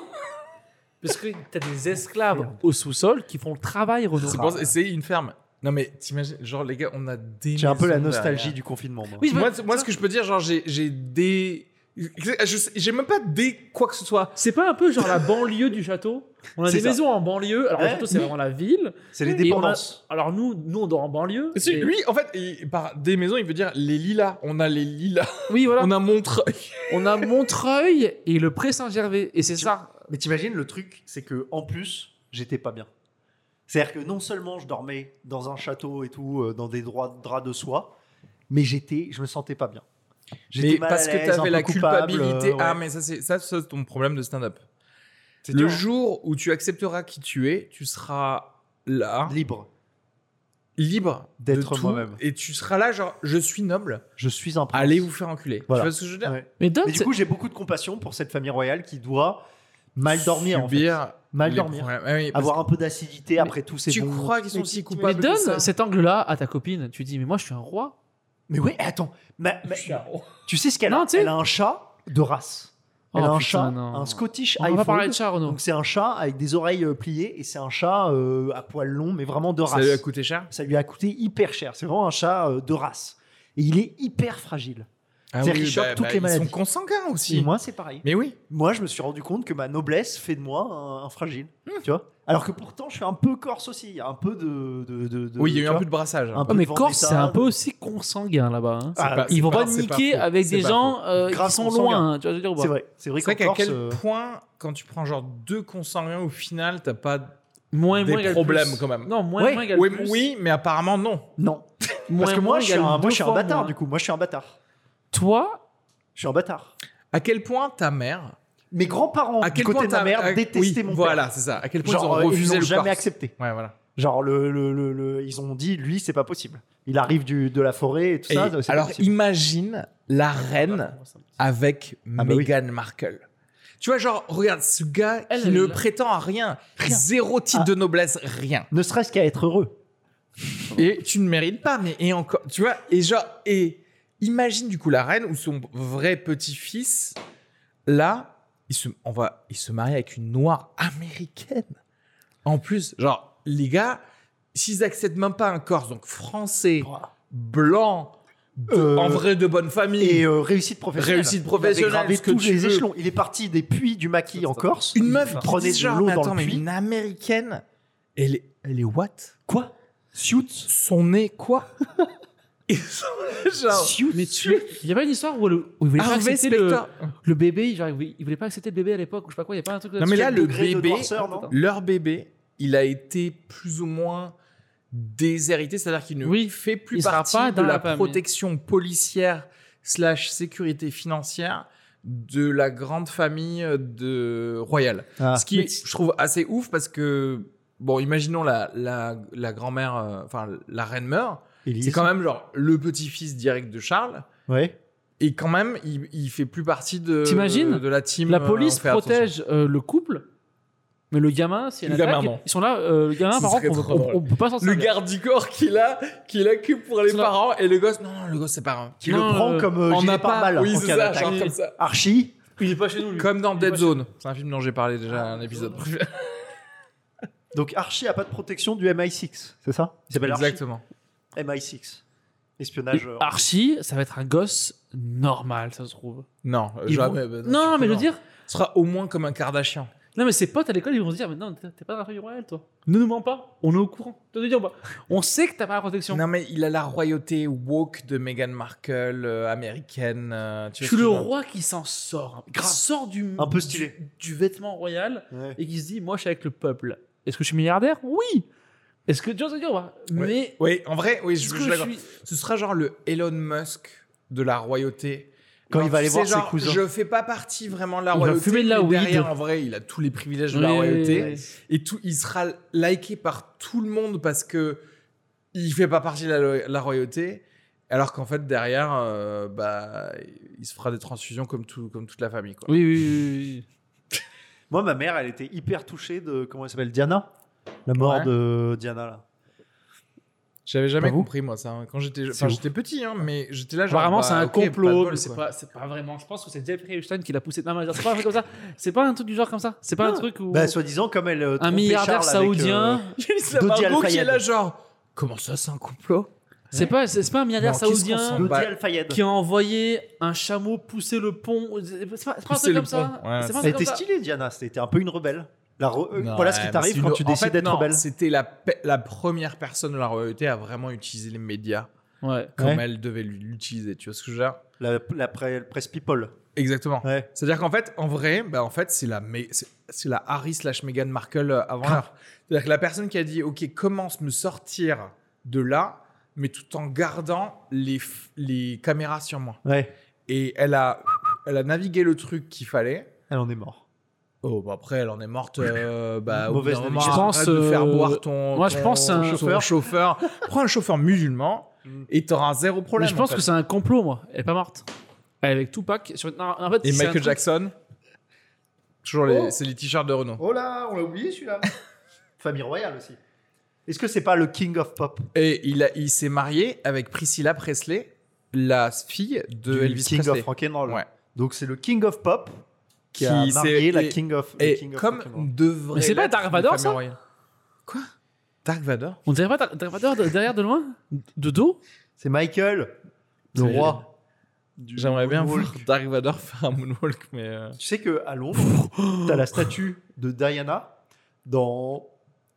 Parce que t'as des esclaves au sous-sol qui font le travail, Renaud. C'est pour ça- c'est une ferme. Non mais t'imagines, genre les gars, on a des. J'ai un peu la maisons nostalgie derrière. du confinement. Moi. Oui, Moi, mais- c'est- moi, ce que je peux dire, genre j'ai j'ai des. je sais- J'ai même pas des quoi que ce soit. C'est pas un peu genre la banlieue du château On a C'est des ça. maisons en banlieue. Alors le Ouais. château, c'est vraiment la ville. C'est les Et on a- dépendances. Alors nous, nous on dort en banlieue. C'est- et- Lui, en fait, il- par des maisons, il veut dire les lilas. On a les lilas. Oui, voilà. On a Montreuil. On a Montreuil et le Pré-Saint-Gervais. Et c'est ça. Mais t'imagines, le truc, c'est que en plus, j'étais pas bien. C'est-à-dire que non seulement je dormais dans un château et tout, euh, dans des droits, draps de soie, mais j'étais, je me sentais pas bien. J'étais Mais mal à parce que l'aise, un t'avais peu la coupable, culpabilité. euh, ouais. Ah, mais ça, c'est ça, c'est ton problème de stand-up. C'est Le dur, hein. jour où tu accepteras qui tu es, tu seras là, libre. libre de D'être tout, moi-même. Et tu seras là, genre, je suis noble. Je suis un prince. Allez vous faire enculer. Voilà. Tu vois ce que je veux dire Ouais. Mais Don, Mais du coup, j'ai beaucoup de compassion pour cette famille royale qui doit mal dormir, en fait. Subir mal les dormir, problèmes. Ah oui, parce avoir un peu d'acidité après tous ces tu bons- crois qu'ils sont Mais- si mais- mais coupables donne que ça cet angle-là à ta copine. Tu dis, mais moi je suis un roi. Mais oui, attends, ma- ma- que- tu sais ce qu'elle Non, a tu sais- Elle a un chat de race. Elle Oh, a un putain, chat, non. un Scottish On va pas Highfold. parler de chat, Renaud. Donc c'est un chat avec des oreilles euh, pliées et c'est un chat euh, à poils longs, mais vraiment de Ça race. lui a coûté cher. Ça lui a coûté hyper cher. C'est vraiment un chat euh, de race. Et il est hyper fragile. Ah C'est-à-dire qu'ils chopent toutes les Ils maladies. sont consanguins Et aussi. moi, c'est pareil. Mais oui. Moi, je me suis rendu compte que ma noblesse fait de moi un, un fragile. Hmm. Tu vois Alors que pourtant, je suis un peu corse aussi. Il y a un peu de. de, de- de- Oui, il y a eu tu un vois peu de brassage. hein. Un Oh, mais de Corse, c'est vendetta, un peu aussi consanguin là-bas. hein. Ah, C'est pas- Ils c'est vont pas, c'est niquer faux. avec C'est des pas gens faux. euh, Grave qui sont consanguin. loin. hein, Tu vois, je veux dire, C'est bah. vrai. C'est vrai C'est vrai qu'en qu'à Corse. quel euh, point, quand tu prends genre deux consanguins, au final, t'as pas. Moins, Des moins égale problèmes, plus. quand même. Non, moins, Ouais. moins égale Oui, plus. oui, mais apparemment non. Non. Moins, Parce que moi, moins je suis égale un, moi, deux je suis un fois bâtard, moins. du coup. Moi, je suis un bâtard. Toi, Je suis un bâtard. À quel point ta mère, Mes grands-parents, à du quel côté point de ma ta mère, à- détestaient oui, mon père. Voilà, c'est ça. À quel point ils Genre, ont euh, ils refusé l'ont le jamais Corse. accepté. Ouais, voilà. Genre, le, le, le- le- ils ont dit, lui, c'est pas possible. Il arrive du, de la forêt et tout Et ça. c'est pas alors possible. imagine la reine avec Ah bah oui. Meghan Markle. Tu vois, genre, regarde, ce gars, Elle, il ne elle- prétend à rien. Rien. Zéro titre Ah. de noblesse, rien. Ne serait-ce qu'à être heureux. Et tu ne mérites pas, mais et encore. Tu vois, et genre, et imagine du coup la reine ou son vrai petit-fils, là, il se, on va, il se marie avec une noire américaine. En plus, genre, les gars, s'ils acceptent même pas un Corse, donc français, blanc, de- Euh, en vrai de bonne famille, Et euh, réussite professionnelle. Réussite Il avait professionnelle, gravé ce que tous tu les veux. échelons. Il est parti des puits du maquis en Corse. Une meuf Enfin, qui prenait prenait de genre, l'eau mais dans attends, le mais puits. une américaine, elle est, elle est what Quoi Suits Son nez quoi Et son- genre, Ah, Suits Mais tu. Il y avait une histoire où, le, où ils voulaient pas Harvey accepter le, Specter. le bébé. Genre, ils ils voulaient pas accepter le bébé à l'époque. ou Je sais pas quoi. Il y a pas un truc. Non mais là, Quel le degré de bébé, noirceur, non leur bébé, il a été plus ou moins déshérité, c'est-à-dire qu'il ne Oui, fait plus il sera partie pas de dans la la famille. protection policière slash sécurité financière de la grande famille de Royal. Ah, Ce qui, est, je trouve, assez ouf parce que, bon, imaginons la, la, la grand-mère, euh, enfin, la reine meurt. C'est quand même genre le petit-fils direct de Charles. Ouais. Et quand même, il, il fait plus partie de, T'imagines de la team. La euh, police on fait attention. protège euh, le couple, mais le gamin, si elle Le gamin, attaque, non. ils sont là. euh, le gamin, Ce par serait contre, trop on- drôle. on, on peut pas s'en Le sortir. garde du corps qu'il a, qu'il a que pour les Sur la- parents. Et le gosse, non, non, le gosse, c'est pas grave. Qui Non, le prend euh, comme euh, on gilet n'a pas. pare-balles oui, en c'est cas ça, d'attaque. genre comme ça. Archie, Il est pas chez nous. Lui. Comme dans Dead moi, je- Zone. C'est un film dont j'ai parlé déjà à un épisode. donc Archie a pas de protection du MI6, c'est ça Il s'appelle Archie. Exactement. MI6, espionnage. euh, Archie, ça va être un gosse normal, ça se trouve. Non, Ils jamais. vont- bah, non, surtout mais je veux non. dire, Ce sera au moins comme un Kardashian. non, mais ses potes à l'école, ils vont se dire, mais non, t'es t'es pas dans la famille royale, toi. Ne nous mens pas, on est au courant. Tu vas te dire, bah, on sait que t'as pas la protection. Non, mais il a la royauté woke de Meghan Markle, euh, américaine. euh, tu Je suis le vois ce que je veux roi qui s'en sort, hein. qui sort du, Un peu stylé. du, du vêtement royal Ouais. et qui se dit, moi, je suis avec le peuple. Est-ce que je suis milliardaire Oui. Est-ce que tu vois ce que je veux dire ou pas Mais Oui, en vrai, oui, je, est-ce je que suis je d'accord. suis Ce sera genre le Elon Musk de la royauté. Quand Genre, il va aller tu voir sais, ses genre, cousins. Je fais pas partie vraiment de la Il va royauté. fumer de la mais weed. derrière, en vrai, il a tous les privilèges de la Oui, royauté. oui, oui. Et tout, il sera liké par tout le monde parce que il fait pas partie de la, lo- la royauté. Alors qu'en fait, derrière, euh, bah, il se fera des transfusions comme, tout, comme toute la famille. Quoi. Oui, oui, oui, oui, Moi, ma mère, elle était hyper touchée de. Comment elle s'appelle Diana La mort Ouais. de Diana, là. J'avais jamais Pas vous compris, moi, ça. hein. Quand j'étais C'est enfin, ouf. j'étais petit, hein, mais j'étais là, genre. Apparemment, bah, c'est un ok, pas de complot, bol, mais c'est quoi. pas, c'est pas vraiment. Je pense que c'est Jeffrey Epstein qui l'a poussé. Non, mais c'est pas un truc comme ça. C'est pas un truc du genre comme ça. C'est pas un Non. truc où Bah, soi-disant, comme elle. euh, un trompait milliardaire Charles avec, saoudien. euh, Yanis Dodi Lamargo qui Al-Fayed. est là, genre. Comment ça, c'est un complot C'est pas, c'est c'est pas un milliardaire Non, qu'est-ce qu'on saoudien s'en Dodi Bah, Al-Fayed. qui a envoyé un chameau pousser le pont. C'est pas, c'est pas un Pousser truc le comme ça. pont, ouais. C'est pas un Elle truc comme était ça. stylée, Diana. C'était un peu une rebelle. La re- euh, voilà ce qui t'arrive quand tu décides d'être rebelle. C'était la, pe- la première personne de la royauté à vraiment utiliser les médias Ouais. comme Ouais. elle devait l'utiliser. Tu vois ce que je veux dire La, la pre- presse people. Exactement. Ouais. C'est-à-dire qu'en fait, en vrai, bah en fait, c'est la, mé- c'est- c'est la Harry slash Meghan Markle euh, Ah. avant l'heure. C'est-à-dire que la personne qui a dit, OK, commence me sortir de là, mais tout en gardant les, f- les caméras sur moi. Ouais. Et elle a, elle a navigué le truc qu'il fallait. Elle en est morte. Oh, bah après, elle en est morte. euh, bah, au Mauvaise bout d'un moment, navigation. Je pense, arrête de faire euh, boire ton, moi, je ton- pense un ton chauffeur. chauffeur. Prends un chauffeur musulman Mm. et t'auras zéro Mais problème. je pense en que fait. c'est un complot, moi. Elle est pas morte. Elle est avec Tupac. Sur... non, en fait, Et c'est un Michael truc- Jackson. Toujours les, Oh. c'est les t-shirts de Renault. Oh là, on l'a oublié celui-là. Famille royale aussi. Est-ce que c'est pas le King of Pop Et il, a- il s'est marié avec Priscilla Presley, la fille de du Elvis King Presley. of Rock'n'Roll Ouais. Donc c'est le King of Pop qui, a Qui s'est- marié la et- King of le Et King of comme Rock'n'Roll. devrait. Mais c'est pas l'être Dark une Vador, famille ça royale. Quoi Dark Vador On dirait pas Dark- Dark Vador de- derrière de loin De dos C'est Michael, le C'est- roi. J'aimerais bien voir moonwalk. Dark Vador faire un moonwalk, mais. euh, Tu sais que à Londres, t'as la statue de Diana dans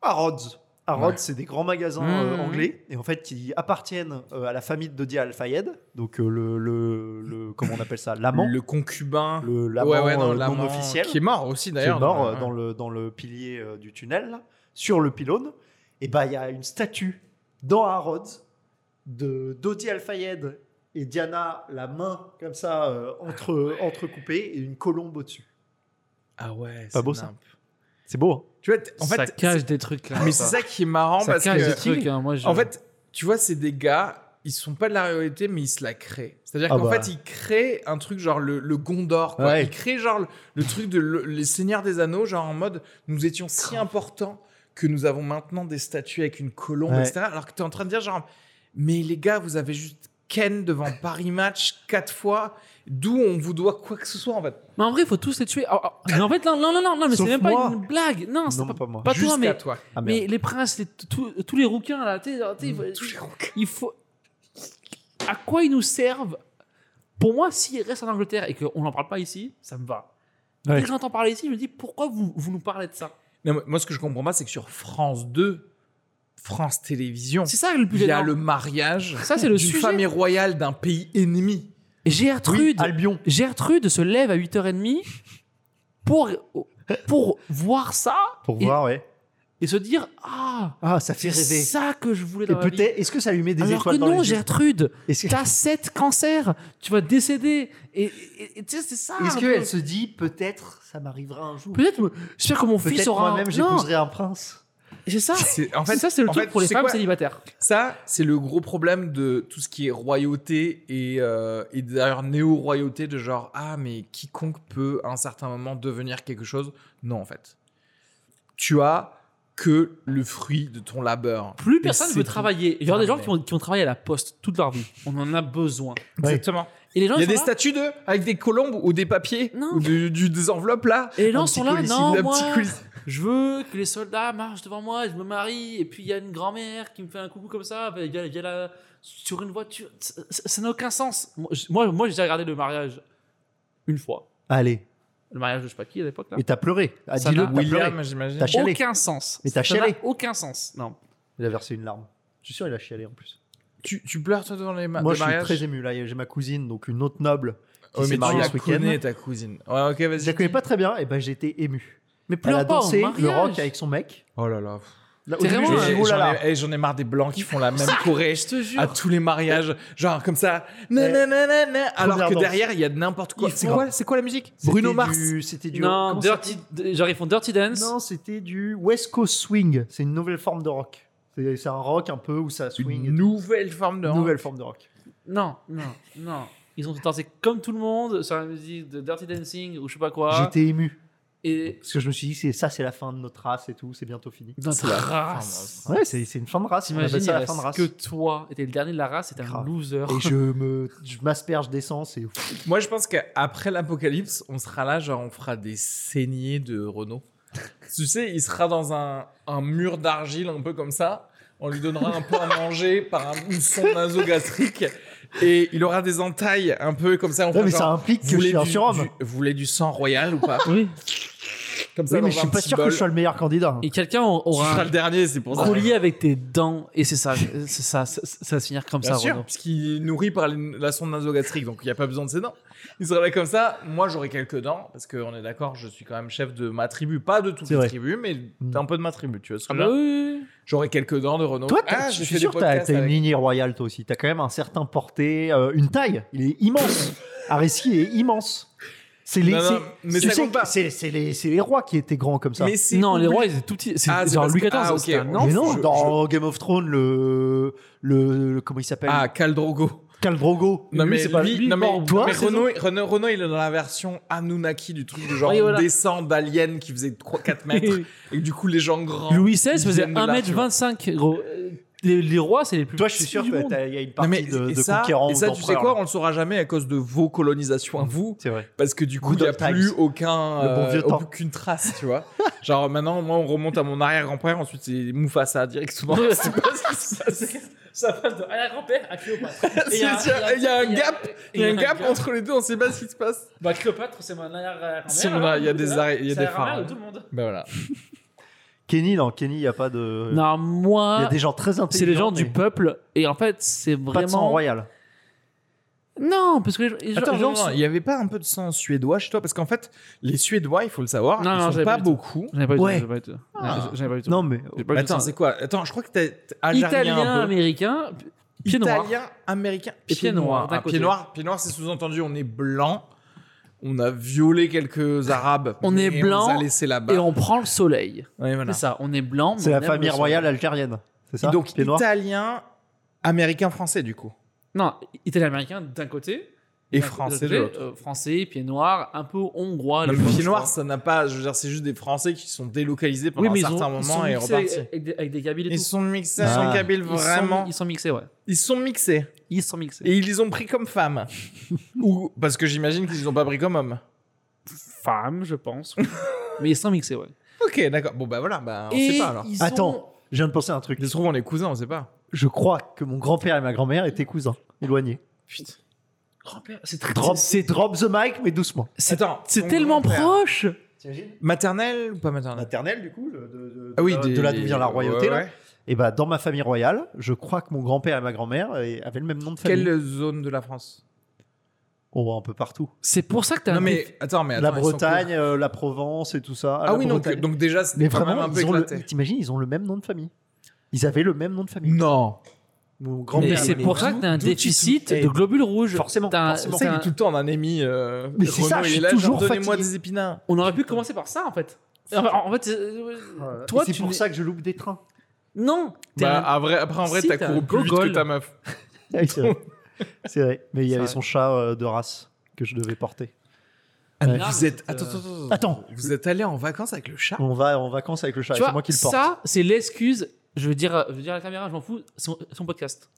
Harrods. Harrods, Ouais. c'est des grands magasins Mmh, euh, mmh. anglais et en fait qui appartiennent euh, à la famille de Dodi Al-Fayed, donc euh, le, le, le- comment on appelle ça, l'amant, Le concubin. le l'amant ouais, ouais, non, euh, non, l'amant officiel. Qui est mort aussi, qui est d'ailleurs. mort dans- euh, dans, le, dans le pilier euh, du tunnel, là, sur le pylône, et bah il y a une statue dans Harrods de Dodi Al-Fayed et Diana, la main comme ça euh, entre, entrecoupée et une colombe au-dessus. Ah ouais. Pas c'est beau, ça. nimp. C'est beau. hein. Tu vois, t- en Ça fait. cache des trucs. là, Mais c'est ça qui est marrant Ça parce cache que. des trucs. hein, moi, je- En fait, tu vois, c'est des gars, ils sont pas de la réalité, mais ils se la créent. C'est-à-dire Ah qu'en bah. fait, ils créent un truc genre le, le Gondor. Quoi. Ouais. Ils créent genre le, le truc de le- les Seigneurs des Anneaux, genre en mode nous étions si importants que nous avons maintenant des statues avec une colombe, Ouais. etc. Alors que tu es en train de dire genre, mais les gars, vous avez juste Ken devant Paris Match quatre fois, d'où on vous doit quoi que ce soit en fait. Mais en vrai, faut tous les tuer. Ah, ah, Mais en fait, non, non, non, non, non, mais c'est Sauf même moi. pas une blague. Non, c'est Non, pas, pas moi. pas toi, Jusqu'à mais, toi. Mmh. Ah, merde. mais les princes, les- tous tous les rouquins, là, tu sais, tu sais, il Mm. faut- il faut. À quoi ils nous servent Pour moi, s'ils restent en Angleterre et qu'on n'en parle pas ici, ça me va. Ouais. Dès que j'entends parler ici, je me dis pourquoi vous, vous nous parlez de ça Non, mais moi, ce que je comprends pas, c'est que sur France 2, France Télévisions, C'est ça le plus il y a gênant. le mariage. Ça, c'est le d'une sujet. famille royale d'un pays ennemi. Gertrude, Albion. Gertrude se lève à 8h30 pour, pour voir ça Pour Et- voir, ouais. et se dire Ah, Ah, ça fait c'est rêver. ça que je voulais Et dans ma vie. peut-être, est-ce que ça lui met des Alors étoiles que dans non, les yeux Gertrude, Est-ce que- t'as sept cancers, tu vas décéder. Et et- et tu sais, c'est ça. un est-ce peu. qu'elle se dit, peut-être, ça m'arrivera un jour Peut-être, j'espère que mon fils Peut-être aura. moi-même, non, j'épouserai un prince. c'est ça. C'est- En fait, ça, c'est le en truc fait, pour les tu sais femmes quoi célibataires. Ça, c'est le gros problème de tout ce qui est royauté et, euh, et d'ailleurs néo-royauté de genre ah mais quiconque peut à un certain moment devenir quelque chose. Non en fait, tu as que le fruit de ton labeur. Plus Et personne c'est ne veut tout. travailler. Il y a des gens Terminé. qui ont, qui ont travaillé à la poste toute leur vie. On en a besoin. Exactement. Et les gens Il y a ils des sont là- statues d'eux avec des colombes ou des papiers Non. ou du- du- des enveloppes là. Et les Un gens petit sont là, coulis, non, un moi, petit coulis. je veux que les soldats marchent devant moi, je me marie, et puis il y a une grand-mère qui me fait un coucou comme ça, il y a, il y a la- sur une voiture. Ça- Ça ça n'a aucun sens. Moi, je- Moi, moi j'ai déjà regardé le mariage une fois. Allez, Le mariage de je sais pas qui à l'époque. là. et t'as pleuré. Ah, Ça Dis-le, n'a- t'as pleuré. William, j'imagine. T'as chialé. Aucun sens. Mais t'as Ça n'a chialé. Aucun sens. Non. Il a versé une larme. Je suis sûr, il a chialé en plus. Tu, tu pleures toi devant les, ma- Moi, les je suis mariages très ému. Là, j'ai ma cousine, donc une autre noble. Oh, s'est mais tu mariée la ce week-end. connais ta cousine. Ouais, ok, vas-y. Eh Je la connais pas très bien, et ben j'étais ému. Mais Elle pleure a pas au dansé mariage. le rock avec son mec. Oh là là. Là, au C'est début, vraiment je me suis un- dit, oh là J'en là. ai, eh, j'en ai marre des blancs qui font la même choré Je te Ah, jure. à tous les mariages, genre comme ça. Na, na, na, na, na, alors Première que danse. derrière, il y a de n'importe quoi. Il C'est faut- quoi, c'est quoi la musique C'était Bruno du- Mars. C'était du. Non, comment Dirty, genre ils font Dirty ça- Dance. Non, c'était du West Coast Swing. C'est une nouvelle forme de rock. C'est c'est un rock un peu où ça swing. et Une nouvelle forme de tout. nouvelle forme de rock. Non, non, non. Ils ont dansé comme tout le monde sur la musique de Dirty Dancing ou je sais pas quoi. J'étais ému. Et Parce que je me suis dit, c'est ça, c'est la fin de notre race et tout, c'est bientôt fini. notre la race. Ouais, c'est c'est une fin de race. On T'imagines appelle il ça la fin de reste race. que toi et t'es le dernier de la race, t'es un Grave. loser. Et je me, je m'asperge d'essence et pff, Moi, je pense qu'après l'apocalypse, on sera là, genre, on fera des saignées de Renault. tu sais, il sera dans un, un mur d'argile, un peu comme ça. On lui donnera un peu à manger par un, une sonde nasogastrique. Et il aura des entailles, un peu comme ça. On Ouais, fera mais genre, ça implique que vous je voulez suis un du- surhomme. du- vous voulez du sang royal ou pas Oui. Comme ça, Oui, dans mais je un suis pas petit sûr que bol. je sois le meilleur candidat. hein. Et quelqu'un Tu seras aura un le dernier, c'est pour ça. collier avec tes dents et c'est ça, c'est ça, ça, ça va se finir comme Bien ça. sûr, Renaud. puisqu'il est nourri par les- la sonde nasogastrique, donc il n'y a pas besoin de ses dents. Il serait là comme ça. Moi, j'aurais quelques dents, parce qu'on est d'accord, je suis quand même chef de ma tribu. Pas de toute C'est la vrai. tribu, mais Mm. d'un peu de ma tribu, tu vois ce que Ah je bah veux dire oui. J'aurais quelques dents de Renault. Toi, t'as- Ah, je j'ai suis fait sûr des que t'as podcasts t'as une avec- lignée royale toi aussi. T'as quand même un certain porté, euh, une taille. Il est immense. Ariski est immense. C'est les, Non, non, c'est- mais tu ça sais compte que pas. c'est c'est les, c'est les rois qui étaient grands comme ça. Mais c'est Non, les oubli- rois ils étaient tout petits. C'est Ah, c'est genre parce Louis que- XIV, ah, c'était ok. un Mais enfant. non, je- dans Game of Thrones, le, le, le- comment il s'appelle Ah, Khal Drogo. Khal Drogo. Non, Lui, mais c'est pas- lui- lui, non, il mais- mord. Toi, mais c'est Renault, Renault- Renault, il est dans la version Anunnaki du truc, du genre Oui, voilà. on descend d'aliens qui faisait 3-4 mètres, et du coup, les gens grands. Louis XVI faisait viennent de là, tu vois. 1m25, gros. Les, les rois, c'est les plus Toi, je suis sûr petits qu'il du monde. y a une Non, partie mais- de, et de ça- conquérants Et ou ça, tu sais d'empereurs, quoi, là. on le saura jamais à cause de vos colonisations à vous. C'est vrai. Parce que du coup, Good il n'y a old times. plus aucun, Le bon euh, vieux temps. aucune trace, tu vois. Genre maintenant, moi, on remonte à mon arrière-grand-père, ensuite c'est Mufasa directement. C'est pas ce qui se passe. Ça passe de Ah, arrière-grand-père à Cléopâtre. C'est- Il y a- il y a un gap, il y a un gap entre les deux, on sait pas ce qui se passe. Bah, Cléopâtre, c'est euh, mon arrière-grand-mère. Si, on a- il y hein. a des arrêts, il y a des phares. le monde. Ben voilà. Kenny, non, Kenny, il n'y a pas de. Non, Il y a moi, des gens très intelligents. c'est les gens mais du peuple. Et en fait, c'est Pas de sang vraiment. royal. Non, parce que les- les gens. Attends, les gens non, non, sont- il n'y avait pas un peu de sang suédois chez toi Parce qu'en fait, les Suédois, il faut le savoir, Non, ils non, sont j'avais pas pas du tout. beaucoup. J'en ai pas eu Ouais. tout, j'en ai pas eu tout. Ah. J'en ai pas eu tout. Non, mais J'ai pas eu Attends, tout. c'est quoi Attends, je crois que t'es t'es algérien Bah, Italien, un peu. américain, pied noir. Italien, américain, Et pied noir, d'un Ah, côté. pied noir, pied noir, c'est sous-entendu, on est blanc. On a violé quelques arabes. On est mais blanc On les a laissés là-bas. Et on prend le soleil. Ouais, bah. voilà. C'est ça, on est blanc. mais c'est on la aime famille le soleil. royale algérienne. C'est ça Et donc Pied noir italien, américain, français du coup. Non, italien-américain d'un côté. Et D'un- français d'un de côté, l'autre. euh, français, pied noir, un peu hongrois. Non, les mais Hongrois. pied noir, ça n'a pas. Je veux dire, c'est juste des Français qui sont délocalisés pendant oui, mais un ils certain ont- ils sont moment et mixés repartis. Avec, avec des, avec des Kabyles et Ils tout. sont mixés, Ah. ils sont kabyles, Ils sont- vraiment. ils sont mixés, ouais. Ils sont mixés. Ils sont mixés. Et ils les ont pris comme femmes. Ou parce que j'imagine qu'ils les ont pas pris comme hommes. Femmes, je pense. mais ils sont mixés, ouais. Ok, d'accord. Bon bah voilà, bah on Et sait pas alors. ils sont- Attends, je viens de penser à un truc. Ils se trouvent on est cousins, on sait pas. Je crois que mon grand-père et ma grand-mère étaient cousins, éloignés. Putain. Grand-père, c'est très. Drop, c'est- c'est drop the mic, mais doucement. C'est Attends, c'est ton tellement grand-père. proche. T'imagines Maternelle ou pas maternelle Maternelle, du coup, de, de, Ah oui, de, des- là d'où vient la royauté. ouais, là. ouais. Et bah, dans ma famille royale, je crois que mon grand-père et ma grand-mère euh, avaient le même nom de famille. Quelle zone de la France On voit un peu partout. C'est pour ça que t'as Non un mais attends, mais attends, la ils sont Bretagne, euh, la Provence et tout ça. cool. la Ah oui, donc, Bretagne. donc déjà Mais c'était quand même vraiment, un peu ils ont le- éclaté. t'imagines, ils ont le même nom de famille. Ils avaient le même nom de famille. Non. Mon Mais grand-père. c'est et pour ma ça grand-mère. que t'as un d'où tu déficit te- de globules rouges. Forcément, T'as un- forcément. C'est ça, il t'as est un- tout le temps en anémie. euh, Mais c'est ça, Renaud, je il est suis là, genre, toujours Donnez-moi fatigué. des épinards. On aurait pu commencer par ça en fait. En en fait, euh, Voilà. toi, Et c'est tu pour n'es- ça que je loupe des trains. non. t'es Bah, un- à vrai- après, en vrai, Si, t'as t'as couru un plus vite que gogol. ta meuf. Ah oui, c'est vrai. C'est vrai. Mais il y C'est avait vrai. son chat euh, de race que je devais porter. Ah, mais Non, vous mais êtes. c'est, Attends, euh, attends, Attends. Vous êtes allé en vacances avec le chat On va en vacances avec le chat. et Tu C'est vois, moi qui le porte. ça, c'est l'excuse. Je veux dire, je veux dire à la caméra, je m'en fous. Son, son podcast.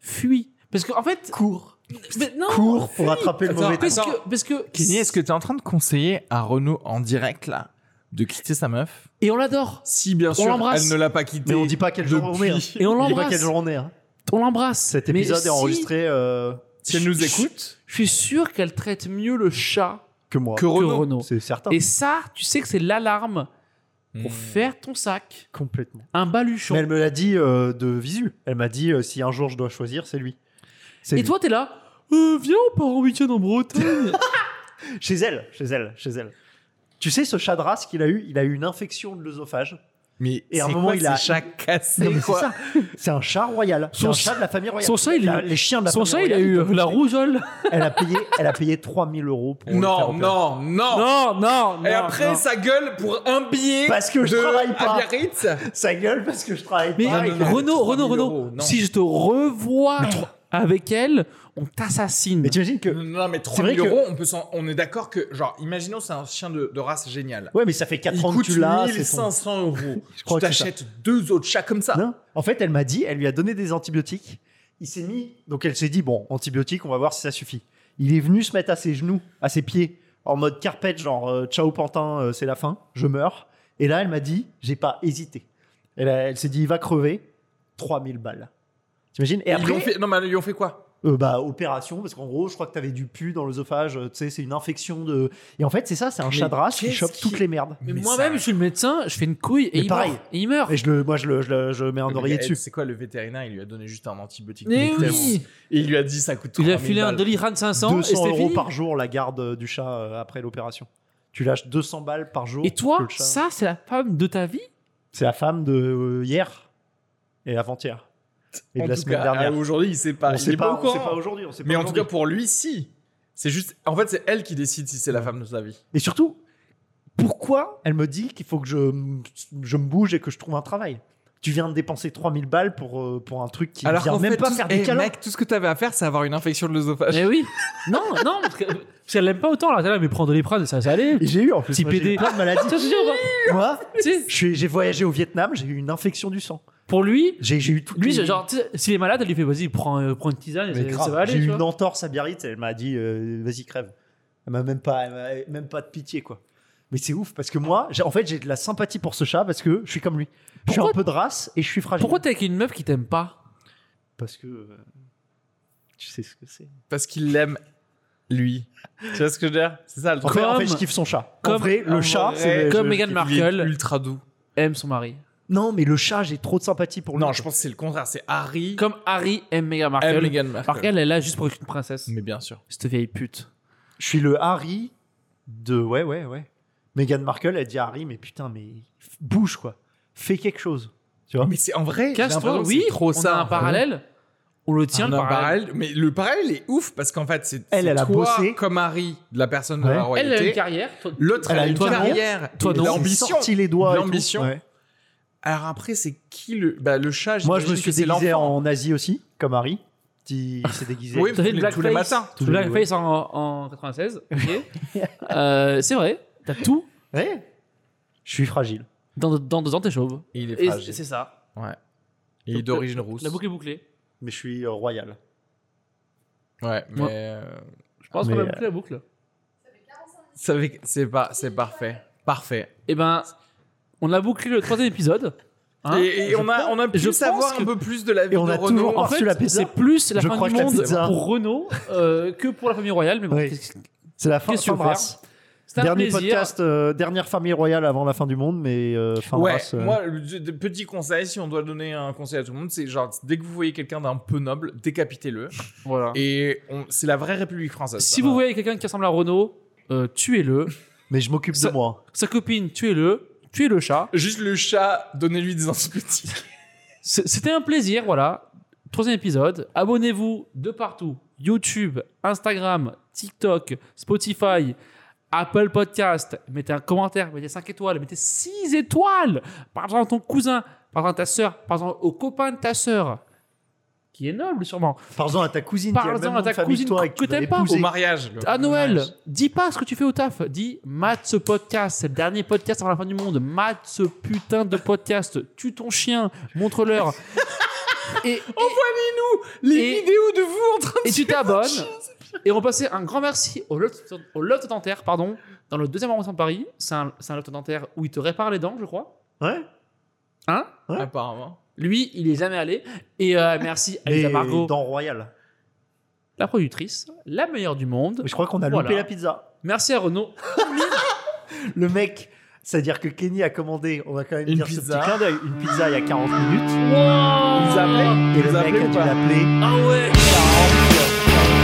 Fuis. Parce que en fait. Cours. Mais non. Cours pour attraper le Attends, mauvais train. Parce Attends. que, parce que. Kenny, est-ce que t'es en train de conseiller à Renaud en direct là de quitter sa meuf Et on l'adore. Si bien sûr, l'embrasse. elle ne l'a pas quitté. Mais on dit pas quelle journée on est. hein. Et on On dit pas l'embrasse. quelle journée. hein. On l'embrasse. Cet Mais épisode si- est enregistré euh, Si elle nous écoute, Je suis sûr qu'elle traite mieux le chat que moi. que que Renaud. Renaud. C'est certain. Et ça, tu sais que c'est l'alarme pour Hmm. faire ton sac. Complètement. Un baluchon. Mais elle me l'a dit euh, de visu. Elle m'a dit euh, si un jour je dois choisir, c'est lui. C'est Et lui. toi, t'es là. Euh, viens, on part en week-end en Bretagne. Chez elle, chez elle, chez elle. Tu sais, ce chat de race qu'il a eu, il a eu une infection de l'œsophage. Mais Et à un c'est moment, quoi il ces a- chats cassés, Non, mais c'est quoi ça. C'est un chat royal. C'est Son un chat- chat de la famille royale. son chat, il La- a- les chiens de la Son chat, famille il a royale, eu ils euh, peuvent la toucher. rougeole. Elle a payé, elle a payé 3000 euros pour. le faire Non, opérer. non, non, Non, non, non. Et après, non. sa gueule pour un billet Parce que je de travaille pas. à Biarritz. Sa gueule parce que je travaille Mais pas. Euh, non, non, Renaud, 3000 Renaud, euros, Renaud, non. si je te revois avec elle, on t'assassine. Mais t'imagines que. Non, non, mais vrai 3000 que- euros, on, peut s'en- on est d'accord que, genre, imaginons, c'est un chien de, de race géniale. Ouais, mais ça fait Il 4 ans que coûte tu l'as. c'est son- 1500 euros. Je crois tu que c'est ça. t'achètes deux autres chats comme ça. Non. En fait, elle m'a dit, elle lui a donné des antibiotiques. Il s'est mis. Donc elle s'est dit, bon, antibiotiques, on va voir si ça suffit. Il est venu se mettre à ses genoux, à ses pieds, en mode carpette, genre euh, ciao pantin, euh, c'est la fin, je meurs. Et là, elle m'a dit, j'ai pas hésité. Elle, a- elle s'est dit, il va crever. 3000 balles. T'imagines Et Ils après, l'ont fait... Non, mais ils ont fait quoi euh, bah, opération, parce qu'en gros, je crois que t'avais du pu dans l'œsophage, euh, tu sais, c'est une infection de. Et en fait, c'est ça, c'est un Mais chat de race qui qu'est-ce chope qui- toutes les merdes. Mais, Mais moi-même, ça- je suis le médecin, je fais une couille et Mais il pareil. meurt. Et il meurt. Et je le, moi, je, le, je, le- je mets un Ah. Mais, oreiller eh, dessus. C'est quoi le vétérinaire Il lui a donné juste un antibiotique. Mais Mais Eh oui. Et il lui a dit ça coûte Il a 3000 filé un balles. Doliran 500 et 200 c'était euros fini. par jour la garde euh, du chat euh, après l'opération. Tu lâches 200 balles par jour. Et pour toi, que le chat- ça, c'est la femme de ta vie C'est la femme de euh, hier et avant-hier et En de la tout semaine cas, dernière. euh, Aujourd'hui, il sait pas. on il sait est pas, pas, au on sait courant. pas aujourd'hui. on sait pas Mais en tout cas, aujourd'hui. pour lui, si. C'est juste. En fait, c'est elle qui décide si c'est la femme de sa vie. et surtout, pourquoi elle me dit qu'il faut que je, je me bouge et que je trouve un travail Tu viens de dépenser 3000 balles pour, euh, pour un truc qui vient même pas faire des câlins. tout ce que t'avais à faire, c'est avoir une infection de l'œsophage. Mais oui. non, non, parce que- parce qu'elle l'aime pas autant. Là, T'es là, mais prends Doliran, ça, ça allait. Et Tu j'ai eu en plus Petit moi, j'ai PD. eu plein de maladies. vois, je te jure, Moi, tu sais, je suis- j'ai voyagé au Vietnam, j'ai eu une infection du sang. Pour lui, J'ai j'ai eu tout. lui, genre, tu sais, s'il est malade, elle lui fait vas-y, prends, euh, prends une tisane et Mais ça- grave, ça va aller. J'ai tu eu vois. une entorse à Biarritz, elle m'a dit euh, vas-y crève. Elle m'a même pas, elle m'a même pas de pitié quoi. Mais c'est ouf parce que moi, j'ai- en fait, j'ai de la sympathie pour ce chat parce que je suis comme lui. je suis Pourquoi- un peu de race et je suis fragile. Pourquoi t'es avec une meuf qui t'aime pas Parce que euh, tu sais ce que c'est. Parce qu'il l'aime, lui. tu vois ce que je veux dire C'est ça le En, truc. fait, en Comme- fait, je kiffe son chat. En comme- vrai, le en chat, vrai, c'est Comme je- Meghan Il est Markle ultra doux. aime son mari. Non, mais le chat, j'ai trop de sympathie pour lui. Non, je pense que c'est le contraire. C'est Harry Comme Harry aime Meghan aime Markle. Meghan Markle. Markle, elle est là juste pour être une princesse. Mais bien sûr. Cette vieille pute. Je suis le Harry de ouais ouais ouais. Meghan Markle, elle dit à Harry, mais putain, mais f- bouge quoi, fais quelque chose. Tu vois Mais c'est en vrai. j'ai Casse-toi, l'impression que oui, c'est trop on ça. hein. a un parallèle. On le tient, Un le parallèle. parallèle. Mais le parallèle est ouf parce qu'en fait, c'est. Elle, c'est elle a toi, bossé. Comme Harry, de la personne de Ouais. la Elle, elle a une royauté. carrière. toi- L'autre, elle a une toi, non. carrière. Toi, et non. L'ambition. sorti les doigts. et tout. L'ambition. Ouais. Alors après, c'est qui le. Bah, le chat, Moi, je me j'imagine suis que c'est déguisé l'enfant. en Asie aussi, comme Harry. qui s'est déguisé. Oui, T'as fait tous le les- blackface, tous les matins. Tout Tous les- blackface en, en 96. ok. Euh, c'est vrai, t'as tout. Ouais. Eh, Je suis fragile. Dans, dans deux ans, t'es chauve. Et Il est Et fragile. c'est ça. Il est d'origine rousse. La boucle est bouclée. Mais je suis euh, royal. Ouais, mais. Ouais. euh, Je pense Mais, qu'on a euh, bouclé la boucle. ça fait- C'est pas... c'est parfait. Parfait. Eh ben, on a bouclé le troisième épisode. hein. et et Je on, a, on a pu je pense savoir que- un peu plus de la vie on de a Renaud. toujours En Reçu fait, la pizza c'est plus la Je fin crois du que la monde pizza- pour Renault euh, que pour la famille royale. Mais bon, Oui. qu'est-ce que- C'est la fin, Qu'est-ce fin que de tu veux race. c'est un Dernier plaisir. podcast, euh, dernière famille royale avant la fin du monde, mais euh, fin de Ouais, race. euh, moi, le de- de- petit conseil, si on doit donner un conseil à tout le monde, c'est genre, dès que vous voyez quelqu'un d'un peu noble, décapitez-le. Voilà. Et on- c'est la vraie République française. Ah. Si ça. vous voyez quelqu'un qui ressemble à Renault, euh, tuez-le. Mais je m'occupe de Ça- moi. Sa copine, tuez-le. Tuez le chat. Juste le chat, donnez-lui des antibiotiques. C- C'était un plaisir, voilà. Troisième épisode. Abonnez-vous de partout. YouTube, Instagram, TikTok, Spotify, Apple Podcast. Mettez un commentaire, mettez 5 étoiles, mettez 6 étoiles. Parle-en à ton cousin, parle-en à ta sœur, parle-en au copain de ta sœur, qui est noble sûrement. Parle-en à ta cousine. Parle-en qui a le même à nom ta de famille cousine toi, et que tu vas t'aimes pas. Au l'épouser. mariage. le- À au Ah, Noël, mariage. dis pas ce que tu fais au taf. Dis, mate ce podcast, c'est le dernier podcast avant la fin du monde. Mate ce putain de podcast. Tue ton chien, montre-leur. Et, Envoyez-nous les Et- vidéos de vous en train de et tu t'abonnes. Et on passait un grand merci au Lot, au Lot Dentaire, pardon, dans le deuxième arrondissement de Paris. C'est un, c'est un Lot Dentaire où il te répare les dents, je crois. Ouais. Hein Apparemment. Lui, il est jamais allé. Et euh, merci à Elsa Mais Margot, dans royal. la productrice, la meilleure du monde. Mais je crois qu'on a Voilà. loupé la pizza. Merci à Renaud. Le mec, c'est-à-dire que Kenny a commandé, on va quand même Une dire ce pizza. petit clin d'œil, une pizza il y a 40 minutes. Ils appelaient Et le Vous mec appelez a ou dû pas l'appeler. Ah ouais Ah,